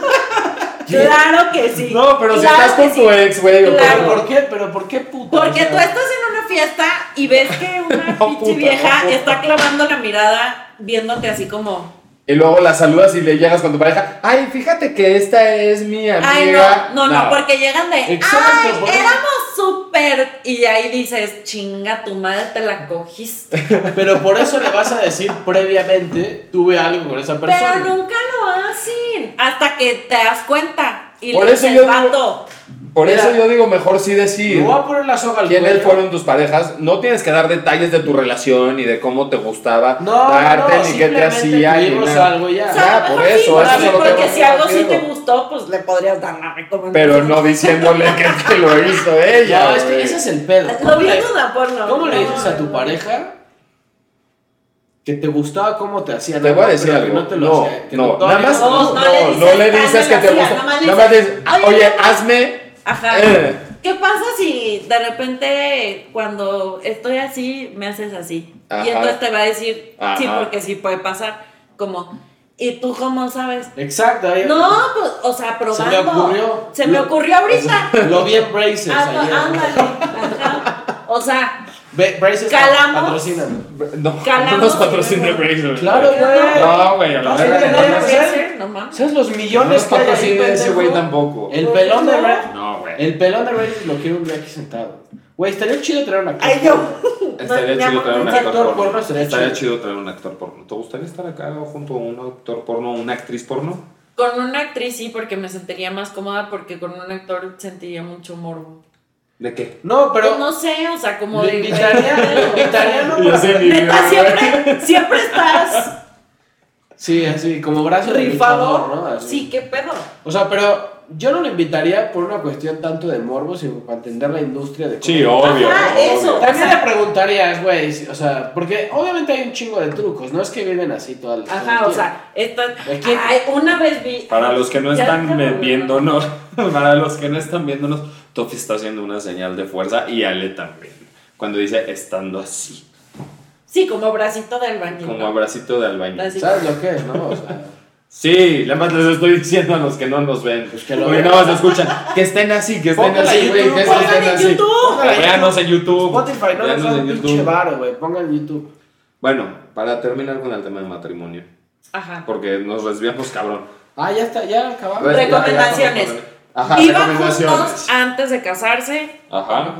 Claro que sí. no, pero si Claro estás que con sí. tu ex, güey, o pero Claro. ¿por qué? Pero ¿por qué puta? Porque O sea, tú estás en una fiesta y ves que una No, pinche puta, vieja no, puta. está clavando la mirada viéndote así como, Y luego la saludas y le llegas con tu pareja. Ay, fíjate que esta es mi amiga. ay no, no, no, porque llegan de, Exacto, ay, por eso. éramos súper, y de ahí dices, chinga, tu madre te la cogiste, Pero por eso le vas a decir previamente, tuve algo con esa persona. pero nunca lo hacen, hasta que te das cuenta, y Por le eso dices, yo digo- vato, Por Mira. eso yo digo mejor sí Me decir voy a poner la soga al quiénes cuello. fueron tus parejas. No tienes que dar detalles de tu relación y de cómo te gustaba No, no, darte ni Ah, qué te simplemente hacía. ni tuvimos nada. algo ya. o sea, a Ya, lo por mejor eso, sí, eso es porque, lo que porque yo si algo sí digo. te gustó, pues le podrías dar la recomendación. Pero no diciéndole que te lo hizo ella. No, es que güey. ese es el pedo. Lo ¿Cómo vi le, en una porno. cómo le No, dices a tu no. pareja que te gustaba cómo te hacían? Te voy a algo, decir pero que algo. No, te lo No, hacía- que no, todavía nada más- te No, gusta. no No, no le dices que te "Hazme la gusta. tía", nada más le Nada más dices, dices, "Oye, oye, no". hazme. Ajá. Eh. ¿Qué pasa si de repente cuando estoy así me haces así? Ajá. Y entonces te va a decir, Ajá. sí, porque sí puede pasar, como, ¿y tú cómo sabes? Exacto. ahí- No, pues, o sea, Eh. se probando. me ocurrió. Se me Lo- ocurrió ahorita. Lo vi en Braces Anda- ayer. ándale. Ajá. O sea, Ve- Braces Calamos. patrocíname. No, Calamos. no nos patrocina Bracer. Claro, güey. No, güey, a la No, verga, sí, no, no, no, no, no. ¿sabes? no mames. ¿Sabes los No nos millones que hay ahí, patrocina ese pendejo? güey tampoco. El pelón de Braces. No, güey. El pelón de Braces lo quiero un día aquí sentado. Güey, estaría chido traer una Ay, yo. Estaría mi chido amor, traer un un actor, actor porno. porno estaría Estaría chido. chido traer un actor porno. ¿Te gustaría estar acá junto a un actor porno o una actriz porno? Con una actriz sí, porque me sentiría más cómoda, porque con un actor sentiría mucho morbo. ¿De qué? No, Pero pero no sé, o sea, como Lo de- invitaría, lo invitaría, ¿no? Yo sé ni Neta, idea, siempre, siempre estás Sí, así, como brazo de rifado. rifador, ¿no? Así. Sí, qué pedo. O sea, pero yo no lo invitaría por una cuestión tanto de morbo, sino para entender la industria de... Sí, cómo- obvio. Ajá, obvio. eso. También le preguntarías, güey, si- o sea, porque obviamente hay un chingo de trucos, no es que viven así todo el todo el Ajá, o tiempo. sea, estas. ¿De quién? Ay, una vez vi. Para los que no Ya están acabo de- viéndonos, para los que no están viéndonos, Tofi está haciendo una señal de fuerza y Ale también. Cuando dice estando así, Sí, como bracito del baño. como abracito de albañil. Así. ¿Sabes lo que es, no? O sea, Sí, nada más les estoy diciendo a los que no nos ven, Pues que lo porque vean. nada más escuchan, que estén así, que estén Pónganla así, en güey, YouTube, que estén pónganla en así. YouTube. Pónganla en Véanos en YouTube. Spotify, no les véanos da en un pinche YouTube. varo, güey, pongan YouTube. Bueno, para terminar con el tema de matrimonio, Ajá. porque nos desviamos cabrón. Ah, ya está, ya acabamos. Pues, ya, ya, Recomendaciones. ya, ya, ya. Ajá, Vivan recomendaciones. juntos antes de casarse. Ajá.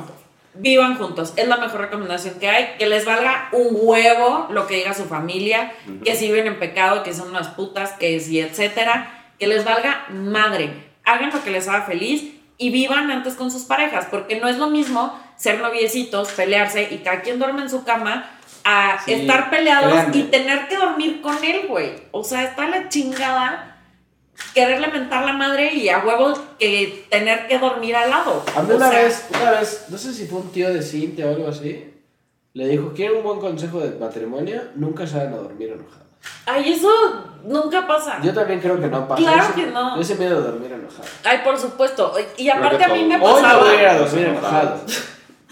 Vivan juntos. Es la mejor recomendación que hay. Que les valga un huevo lo que diga su familia. Que si viven en pecado, que son unas putas, que si, etcétera. Que les valga madre. Hagan lo que les haga feliz y vivan antes con sus parejas. Porque no es lo mismo ser noviecitos, pelearse y cada quien duerme en su cama. A Sí, estar peleados créanme. y tener que dormir con él, güey. O sea, está la chingada quererle mentar la madre y a huevo que tener que dormir al lado. A mí O una sea, vez, una vez, no sé si fue un tío de Cintia o algo así, le dijo, ¿quieren un buen consejo de matrimonio? Nunca se van a dormir enojados. Ay, eso nunca pasa. Yo también creo que no pasa Claro eso. que no. Ese miedo de dormir enojado. Ay, por supuesto. Y aparte Creo a que mí me Hoy me pasaba. voy a ir a dormir enojado.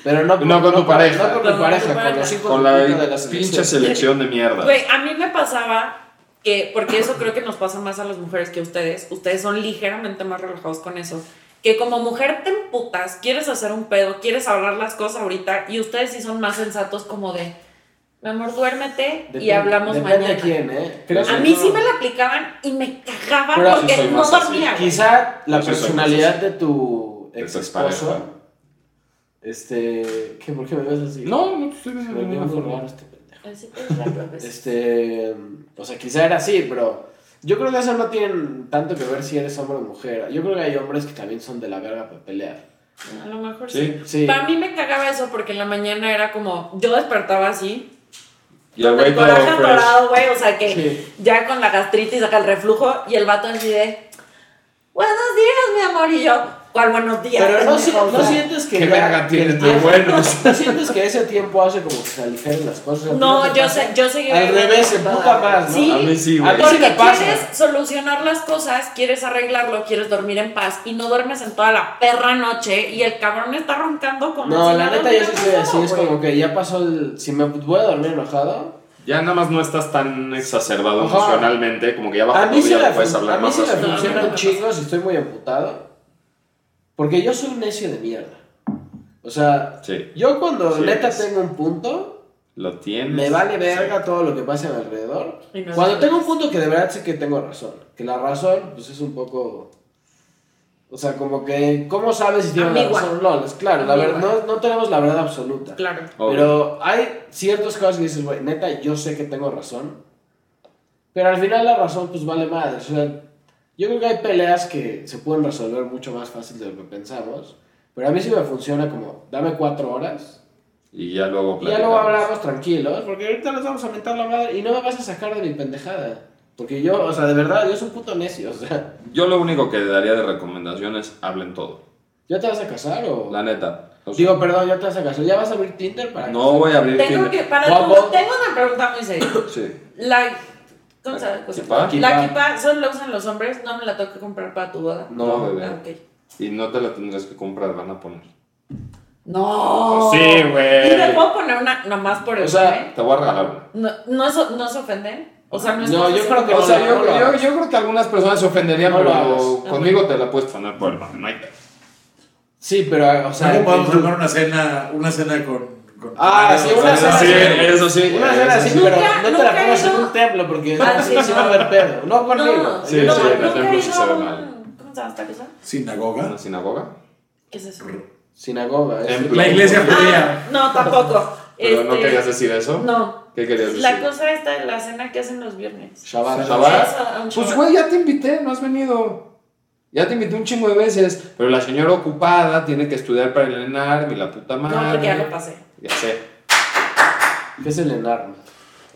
Pero no, No con tu pareja. No con mi pareja, con los hijos Con de la puta Pues, de las pinche pinches. selección de mierda. Güey, a mí me pasaba que, porque eso creo que nos pasa más a las mujeres que a ustedes, ustedes son ligeramente más relajados con eso, que como mujer te emputas, quieres hacer un pedo, quieres hablar las cosas ahorita y ustedes sí son más sensatos como de, mi amor, duérmete y hablamos mañana. de quién, ¿eh? Creo A que mí no. sí me la aplicaban y me cagaba Pero porque sí soy no más así. dormía. güey. Quizá la Eso es otra personalidad de tu De ex tu expareja. esposo. Este. ¿qué, ¿Por qué me ves así? No, no estoy viendo Me veo de ninguna muy raro forma. este pendejo. Así es la profesión. Este, o sea, quizá era así, pero yo creo que eso no tiene tanto que ver si eres hombre o mujer. Yo creo que hay hombres que también son de la verga para pelear. A lo mejor sí. Sí, sí. Para mí me cagaba eso porque en la mañana era como. Yo despertaba así. Y el Con güey el todo coraje fresh. atorado, güey, o sea que Sí. ya con la gastritis, acá el reflujo, y el vato así de, buenos días, mi amor, y yo, ¿cuál buenos días? Pero no, pendejo?" si- O sea, no sientes que. Qué ya- verga que tienen el de tiempo- buenos. No sientes que ese tiempo hace como que se aligeran las cosas. ¿A ti No, te yo pasa? sé, yo sé que- Al revés, se puta más, ¿no? Sí. A mí sí, A güey. mí sí me Porque pasa. quieres solucionar las cosas, quieres arreglarlo, quieres dormir en paz y no duermes en toda la perra noche y el cabrón está roncando como No, si la nada neta yo hubiera sí soy así, pasado, es güey. como que ya pasó el... Si me voy a dormir enojado... Ya nada más no estás tan exacerbado Ajá. emocionalmente, como que ya bajo A tu mí sí día me le puedes hablar más racional. racional. funciona No, un no, chingo si estoy muy amputado. Porque yo soy un necio de mierda. O sea, Sí, yo cuando Sí, neta eres. tengo un punto, lo tienes. me vale verga todo lo que pase a mi alrededor. Y no es Cuando verdad. tengo un punto que de verdad sé que tengo razón. Que la razón, pues es un poco... O sea, como que... ¿Cómo sabes si tienes la Ambigua. razón? No, es claro, la verdad, Ambigua. no, no tenemos la verdad absoluta. Claro. Obvio. Pero hay ciertas cosas que dices, güey, neta, yo sé que tengo razón. Pero al final la razón, pues vale madre. O sea, yo creo que hay peleas que se pueden resolver mucho más fácil de lo que pensamos. Pero a mí sí me funciona como, dame cuatro horas. Y ya luego Y ya luego platicamos. hablamos tranquilos. Pues, Porque ahorita les vamos a mentar la madre. Y no me vas a sacar de mi pendejada. Porque yo, o sea, de verdad, yo soy un puto necio. O sea, Yo lo único que daría de recomendación es hablen todo. ¿ya te vas a casar o.? La neta. O sea, Digo, perdón, ¿ya te vas a casar? ¿Ya vas a abrir Tinder para.? no voy a abrir Tengo Tinder. que, para Guapo. tu- tengo una pregunta muy seria. Sí. La, ¿cómo se llama? La kipa. La kipa solo la usan los hombres, no me la tengo que comprar para tu boda. No, bebé. Ah, ok. Y no te la tendrás que comprar, van a poner. No. Pues Sí, güey. Y me puedo poner una nomás por O el sea, meme? Te voy a regalar una. No, no, so- no se ofenden. O sea, no es No, yo creo que O sea, no, yo, no lo yo- hagas. yo creo que algunas personas se ofenderían, No lo pero hagas. conmigo te la puedes poner por el mame, no hay pedo. Sí, pero, o sea. ¿Cómo podemos en tu- armar una cena, una cena con. con- Ah, con- sí, con- una con- cena Sí, así. eso sí. Una cena eso así, sí. pero Nunca- no te nunca la pongas en hizo- un templo porque Ah, no sí, se va a no. ver pedo. No conmigo. No, Sí, no, sí, nunca la tengo he que ido saber a un- mal. ¿Cómo se llama esta cosa? Sinagoga. ¿Una sinagoga? ¿Qué es eso? Sinagoga. es- Templo. La iglesia Ah, judía. no, tampoco. ¿Pero no Este, querías decir eso? No. ¿Qué querías decir? La cosa esta de la cena que hacen los viernes. Shabbat. Shabbat. Eso, un Pues chorro. güey, ya te invité, no has venido. Ya te invité un chingo de veces, pero la señora ocupada tiene que estudiar para el ENARM y la puta madre. No, porque ya lo pasé. Ya sé. ¿Qué es el enarme?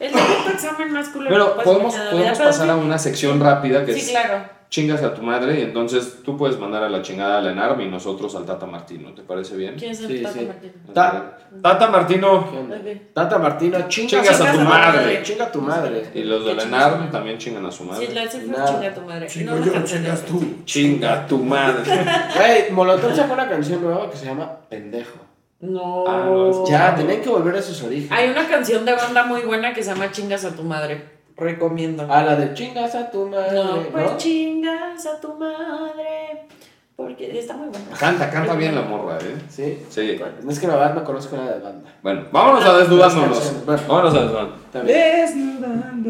El puto examen más culero que Pero puedes podemos, imaginar. podemos Ya, pero pasar a sí. una sección rápida que Sí, es claro. chingas a tu madre y entonces tú puedes mandar a la chingada al ENARM y nosotros al Tata Martino, ¿te parece bien? ¿Quién es el Sí, Tata sí. Martino? Ta- Tata Martino ¿Qué onda? Ok. Tata Martino, chingas, Chingas a tu madre. Chinga a tu madre. y los del ENARM también chingan a su Sí, madre. la cifra Nada. chinga tu madre. Chingo la yo, cancelé. chingas tú. Chinga a tu madre. Güey, Molotov sacó una canción nueva que se llama Pendejo. No. Ah, no, es- Oh. Ya, tenían que volver a sus orígenes. Hay una canción de banda muy buena que se llama Chingas a tu madre. Recomiendo. Ah, A la de chingas a tu madre. no, pues ¿no? chingas a tu madre. Porque está muy buena. Canta, canta bien la morra, ¿eh? Sí. Sí. Es que la verdad no conozco nada de banda. Bueno, vámonos a desnudándonos. Descansen. Bueno. Vámonos a desnudándonos. Está bien.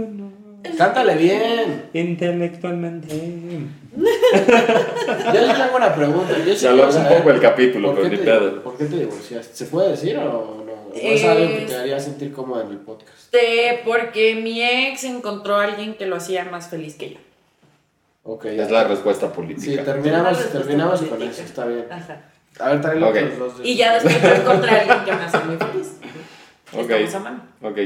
Cántale bien. Intelectualmente. Yo les tengo una pregunta. Yo sí Se hablamos quiero un saber- poco el capítulo, ¿Por pero qué, ni te, pedo. por qué te divorciaste? ¿Se puede decir o no? ¿O Eh, es algo que te haría sentir cómoda en el podcast? Este, porque mi ex encontró a alguien que lo hacía más feliz que yo. Ok, Es ya. la respuesta Sí, política. Una terminamos, respuesta terminamos con política. eso, está bien. Ajá. A ver, tráelo Ok. otros dos. de- pues, Y ya después yo encontré a alguien que me hace muy feliz. Ok. Estamos a mano. ok.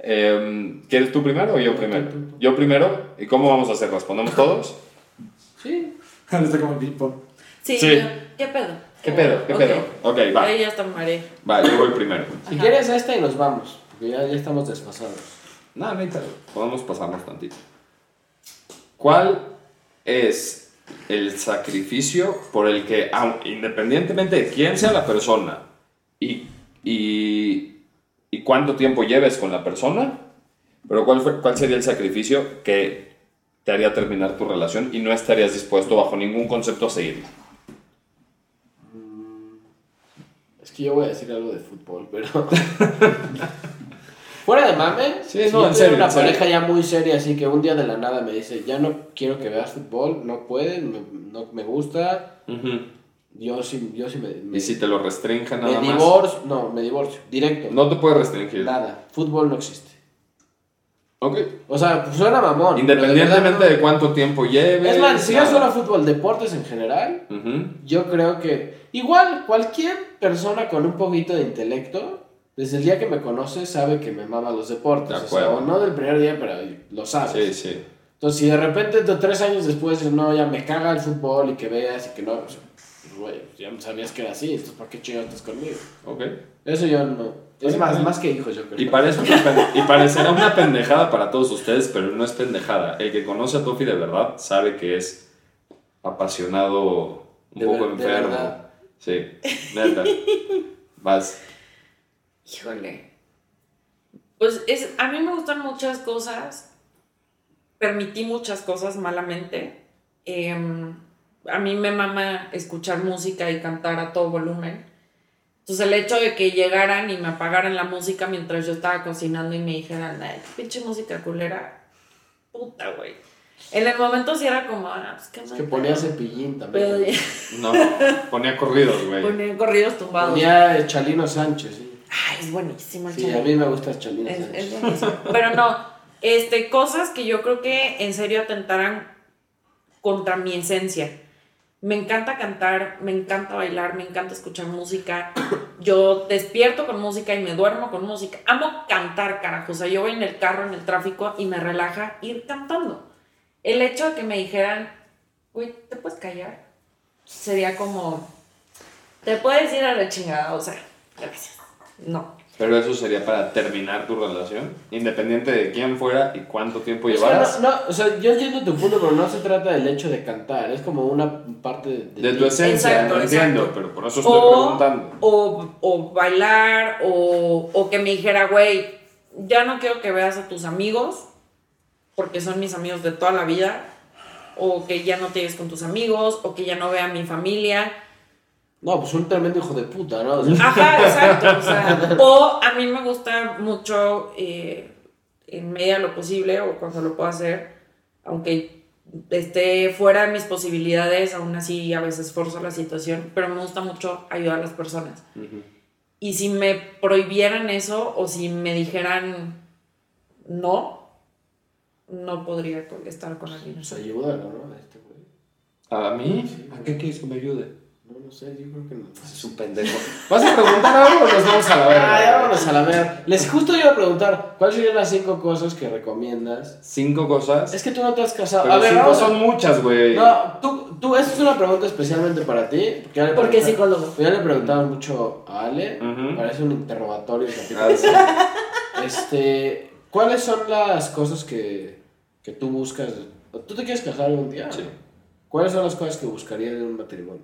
Em, ¿Quieres tú primero o yo Tú, primero? tú, tú. Yo primero. ¿Y cómo vamos a hacer? ¿Respondemos todos? Sí. Ahora está como ping pong. Sí, Sí. yo- ¿qué pedo? ¿Qué pedo? ¿Qué Ok. pedo? Ok, va. Ahí ya está Maré. Va, yo voy primero. Si Ajá. quieres esta y nos vamos, porque ya, ya estamos desfasados. No, no hay pedo. Podemos pasarnos tantito. ¿Cuál es el sacrificio por el que, au- independientemente de quién sea la persona y, y, y cuánto tiempo lleves con la persona, pero cuál, fue- cuál sería el sacrificio que te haría terminar tu relación y no estarías dispuesto bajo ningún concepto a seguirla? Mm, Es que yo voy a decir algo de fútbol, pero... Fuera de mame, Sí, si no, yo tuviera en serio, en una serio. pareja ya muy seria, así que un día de la nada me dice, ya no quiero que veas fútbol, no pueden, me- no me gusta, yo sí, yo sí me... me- Y si te lo restringe nada me más. divorcio, no, me divorcio, directo. No te puede restringir. Nada, fútbol no existe. Ok. O sea, pues suena mamón. pero de verdad Independientemente no. de cuánto tiempo lleve. Es más, si yo nada. solo fútbol, deportes en general, Ujú. yo creo que igual cualquier persona con un poquito de intelecto, desde el día que me conoce, sabe que me mama los deportes. De O sea, acuerdo. o no del primer día, pero lo sabes. Sí, sí. Entonces, si de repente, de tres años después, dices, no, ya me caga el fútbol y que veas y que no, pues, güey, ya sabías que era así, entonces, ¿por qué chingados estás conmigo? Ok. Eso yo no. Es más, más que hijos, yo creo. Y, parece una pen- y parecerá una pendejada para todos ustedes, pero no es pendejada. El que conoce a Tofi de verdad sabe que es apasionado, un De poco ver- de enfermo. verdad. sí, neta. Vas. Híjole. Pues es, a mí me gustan muchas cosas. Permití muchas cosas malamente. Em, a mí me mama escuchar música y cantar a todo volumen. Entonces el hecho de que llegaran y me apagaran la música mientras yo estaba cocinando y me dijeran, "Ay, pinche música culera, puta, güey. En el momento sí era como, ah, pues qué Es mal que pedo". ponía cepillín Pero también. No, ponía corridos, güey. ponían corridos tumbados. Ponía Chalino Sánchez, sí. Ay, es buenísimo el Sí, chale. a mí me gusta Chalino Es- Sánchez. es buenísimo. Pero no, este, cosas que yo creo que en serio atentaran contra mi esencia. Me encanta cantar, me encanta bailar, me encanta escuchar música. Yo despierto con música y me duermo con música. Amo cantar, carajo. O sea, yo voy en el carro, en el tráfico y me relaja ir cantando. El hecho de que me dijeran, güey, ¿te puedes callar? Sería como, te puedes ir a la chingada, o sea, gracias. No. Pero eso sería para terminar tu relación, independiente de quién fuera y cuánto tiempo O sea, llevaras. no, no, o sea, yo entiendo tu punto, pero no se trata del hecho de cantar, es como una parte de, De tu esencia, Exacto, lo exacto. entiendo, pero por eso estoy preguntando. O, o bailar, o, o que me dijera, güey, ya no quiero que veas a tus amigos, porque son mis amigos de toda la vida, o que ya no te lleves con tus amigos, o que ya no vea a mi familia. No, pues un tremendo hijo de puta, ¿no? O sea, Ajá, exacto. O, sea, o a mí me gusta mucho, eh, en medida de lo posible, o cuando lo puedo hacer, aunque esté fuera de mis posibilidades, aún así a veces forzo la situación, pero me gusta mucho ayudar a las personas. Y si me prohibieran eso o si me dijeran no, no podría co- estar con alguien. pues ayúdalo, ¿no? A Este güey. ¿A mí? ¿A qué quieres que me ayude? No, no sé, yo creo que no. Es un pendejo. ¿Vas a preguntar algo o nos vamos a la Ah, ya verga? vámonos a la verga. Les justo iba a preguntar, ¿cuáles serían las cinco cosas que recomiendas? Cinco cosas. Es que tú no te has casado. Pero a ver, cinco vamos a- son muchas, güey. No, tú, tú, esta es una pregunta especialmente para ti. Porque, ya le Porque es preguntaron- psicólogo. Ya le preguntaban mucho a Ale. Ujú. Parece un interrogatorio. el Ah, capítulo. sí. Este, ¿cuáles son las cosas que, que tú buscas? ¿Tú te quieres casar algún día? Sí. ¿Cuáles son las cosas que buscarías en un matrimonio?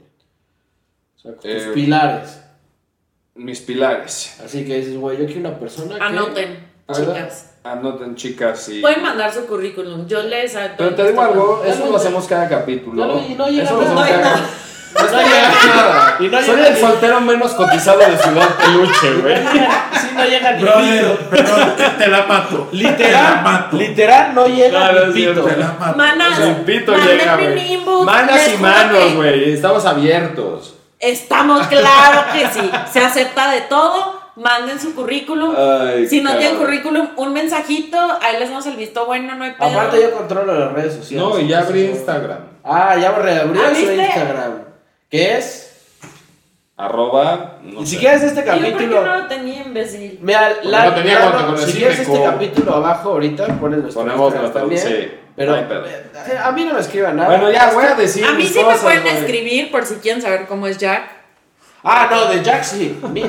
O sea, tus Eh. pilares. Mis pilares. Así que dices, güey, yo quiero una persona que... Anoten, Ah, chicas. Anoten, chicas. Y... Pueden mandar su currículum. Yo les... a- Pero te digo algo, Ya eso no- lo hacemos cada capítulo. Ya no- y no llega eso lo hacemos nada. cada No, No está llegando nada. Y no Soy llega el ni- soltero menos cotizado de Ciudad Peluche, güey. Sí, no llega ni pito. Brother, perdón, te la mato. Te la Literal, mato. literal no llega Claro, ni es cierto. pito. Te la mato. Manas, Ni pito mándenme llega, un güey. inbox, Manas les y juro manos, que güey. Estamos abiertos. Estamos, claro que sí. Se acepta de todo. Manden su currículum. Ay, si no tienen cabrón. currículum, un mensajito. Ahí les damos el visto bueno, no hay pedo. Aparte yo controlo las redes sociales. No, y ya abrí Entonces, Instagram. Ah, ya reabrió ¿Ah, su viste? Instagram. ¿Qué es? Arroba. No Y si sé. quieres este Y yo, ¿por qué capítulo. no lo tenía, imbécil? Mira, Porque la, no tenía la- cuando no, conocí si quieres Meco. este capítulo abajo ahorita, pones nuestro Ponemos Instagram nuestro- también. sí, pero no hay pedo. eh, a mí no me escriban nada. Bueno, ya voy a decir. A mí mis sí me cosas, pueden güey. escribir por si quieren saber cómo es Jack. Ah, no, de Jack sí. Mi- No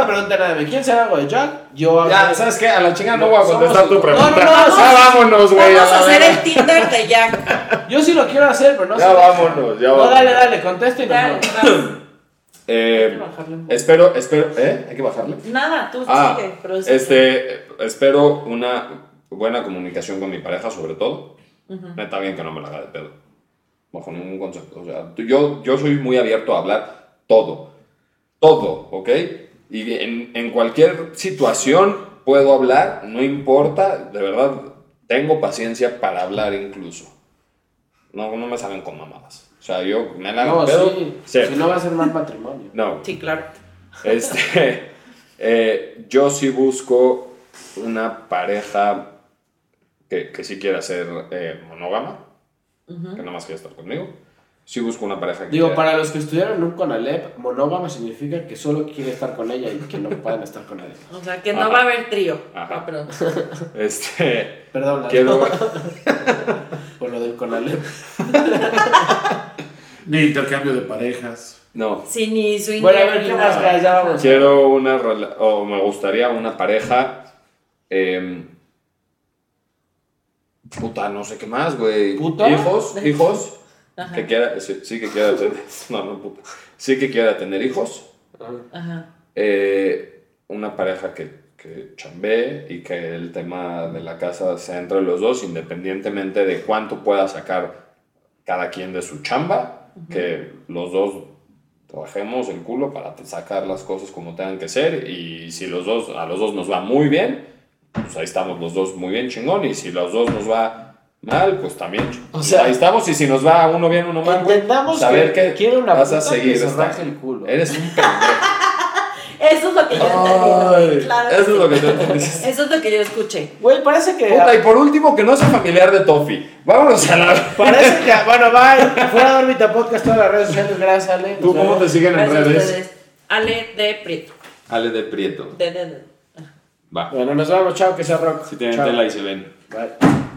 me pregunten nada de mí. ¿Quién sabe algo de Jack? Yo hago- Ya, ¿sabes qué? A la chingada no voy a Somos- contestar tu No, pregunta. no, no, ya vámonos, Pues, güey. Vamos a la hacer verga. el Tinder de Jack. Yo sí lo quiero hacer, pero no Ya sé. vámonos, ya No, vámonos. dale, dale, contesta y nos Dale, vamos. vas. Hay que Eh, bajarle un poco. espero, espero. ¿Eh? ¿Hay que bajarle? Nada, tú Ah, sigue. pero sí. este, espero una buena comunicación con mi pareja, sobre todo. Neta, bien que no me la haga de pedo. Bajo ningún concepto. O sea, tú- yo, yo soy muy abierto a hablar todo. Todo, ¿ok? Y en, en cualquier situación puedo hablar, no importa. De verdad, tengo paciencia para hablar incluso. No, no me salen con mamadas. O sea, yo me la hago No, de pedo. sí. sí. Si no va a ser mal matrimonio. no, Sí, claro. este, eh, yo sí busco una pareja que, que sí quiera ser eh, monógama, que nada más quiera estar conmigo. Sí busco una pareja que Digo, quiera- para los que estudiaron en un Conalep, monógama significa que solo quiere estar con ella y que no pueden estar con nadie. O sea, que no Ajá. va a haber trío. Ajá. Ah, perdón. Este, Perdón, Lalo, quiero, por lo del Conalep. Ni intercambio de parejas. no, Sí, ni su Bueno, a ver, ¿qué más nada. traes? Ya vamos. quiero una, rela- o me gustaría una pareja, eh, puta, no sé qué más, güey. ¿Puta? Hijos, hijos. Ajá, que quiera, sí, sí que quiera tener, no, no, puta. sí que quiera tener hijos, ajá. eh, una pareja que, que chambee y que el tema de la casa sea entre los dos, independientemente de cuánto pueda sacar cada quien de su chamba, que los dos trabajemos el culo para sacar las cosas como tengan que ser y si los dos, a los dos nos va muy bien, pues ahí estamos los dos muy bien chingón y si los dos nos va mal, pues también chingón. O sea, ahí estamos y si nos va uno bien, uno mal, güey, Entendamos saber que, que quiero una vas a puta seguir que se esta- Eh. raje el culo. Eres un pendejo. Eso es lo que yo entendí. Claro. Eso es lo sí. que tú entiendes. Eso es lo que yo escuché. Güey, parece que... Puta, y por último, que no sea familiar de Tofi. Vámonos a la. Parece que... Bueno, bye. Fuera de órbita podcast, todas las redes sociales. Gracias, Ale. Nos ¿Tú cómo vemos. te siguen en Gracias a redes? ustedes. Ale de Prieto. Ale de Prieto. De, de, de. Va. Bueno, nos vemos. Chao, que sea rock. Si tienen Chao. tela y se ven. Bye.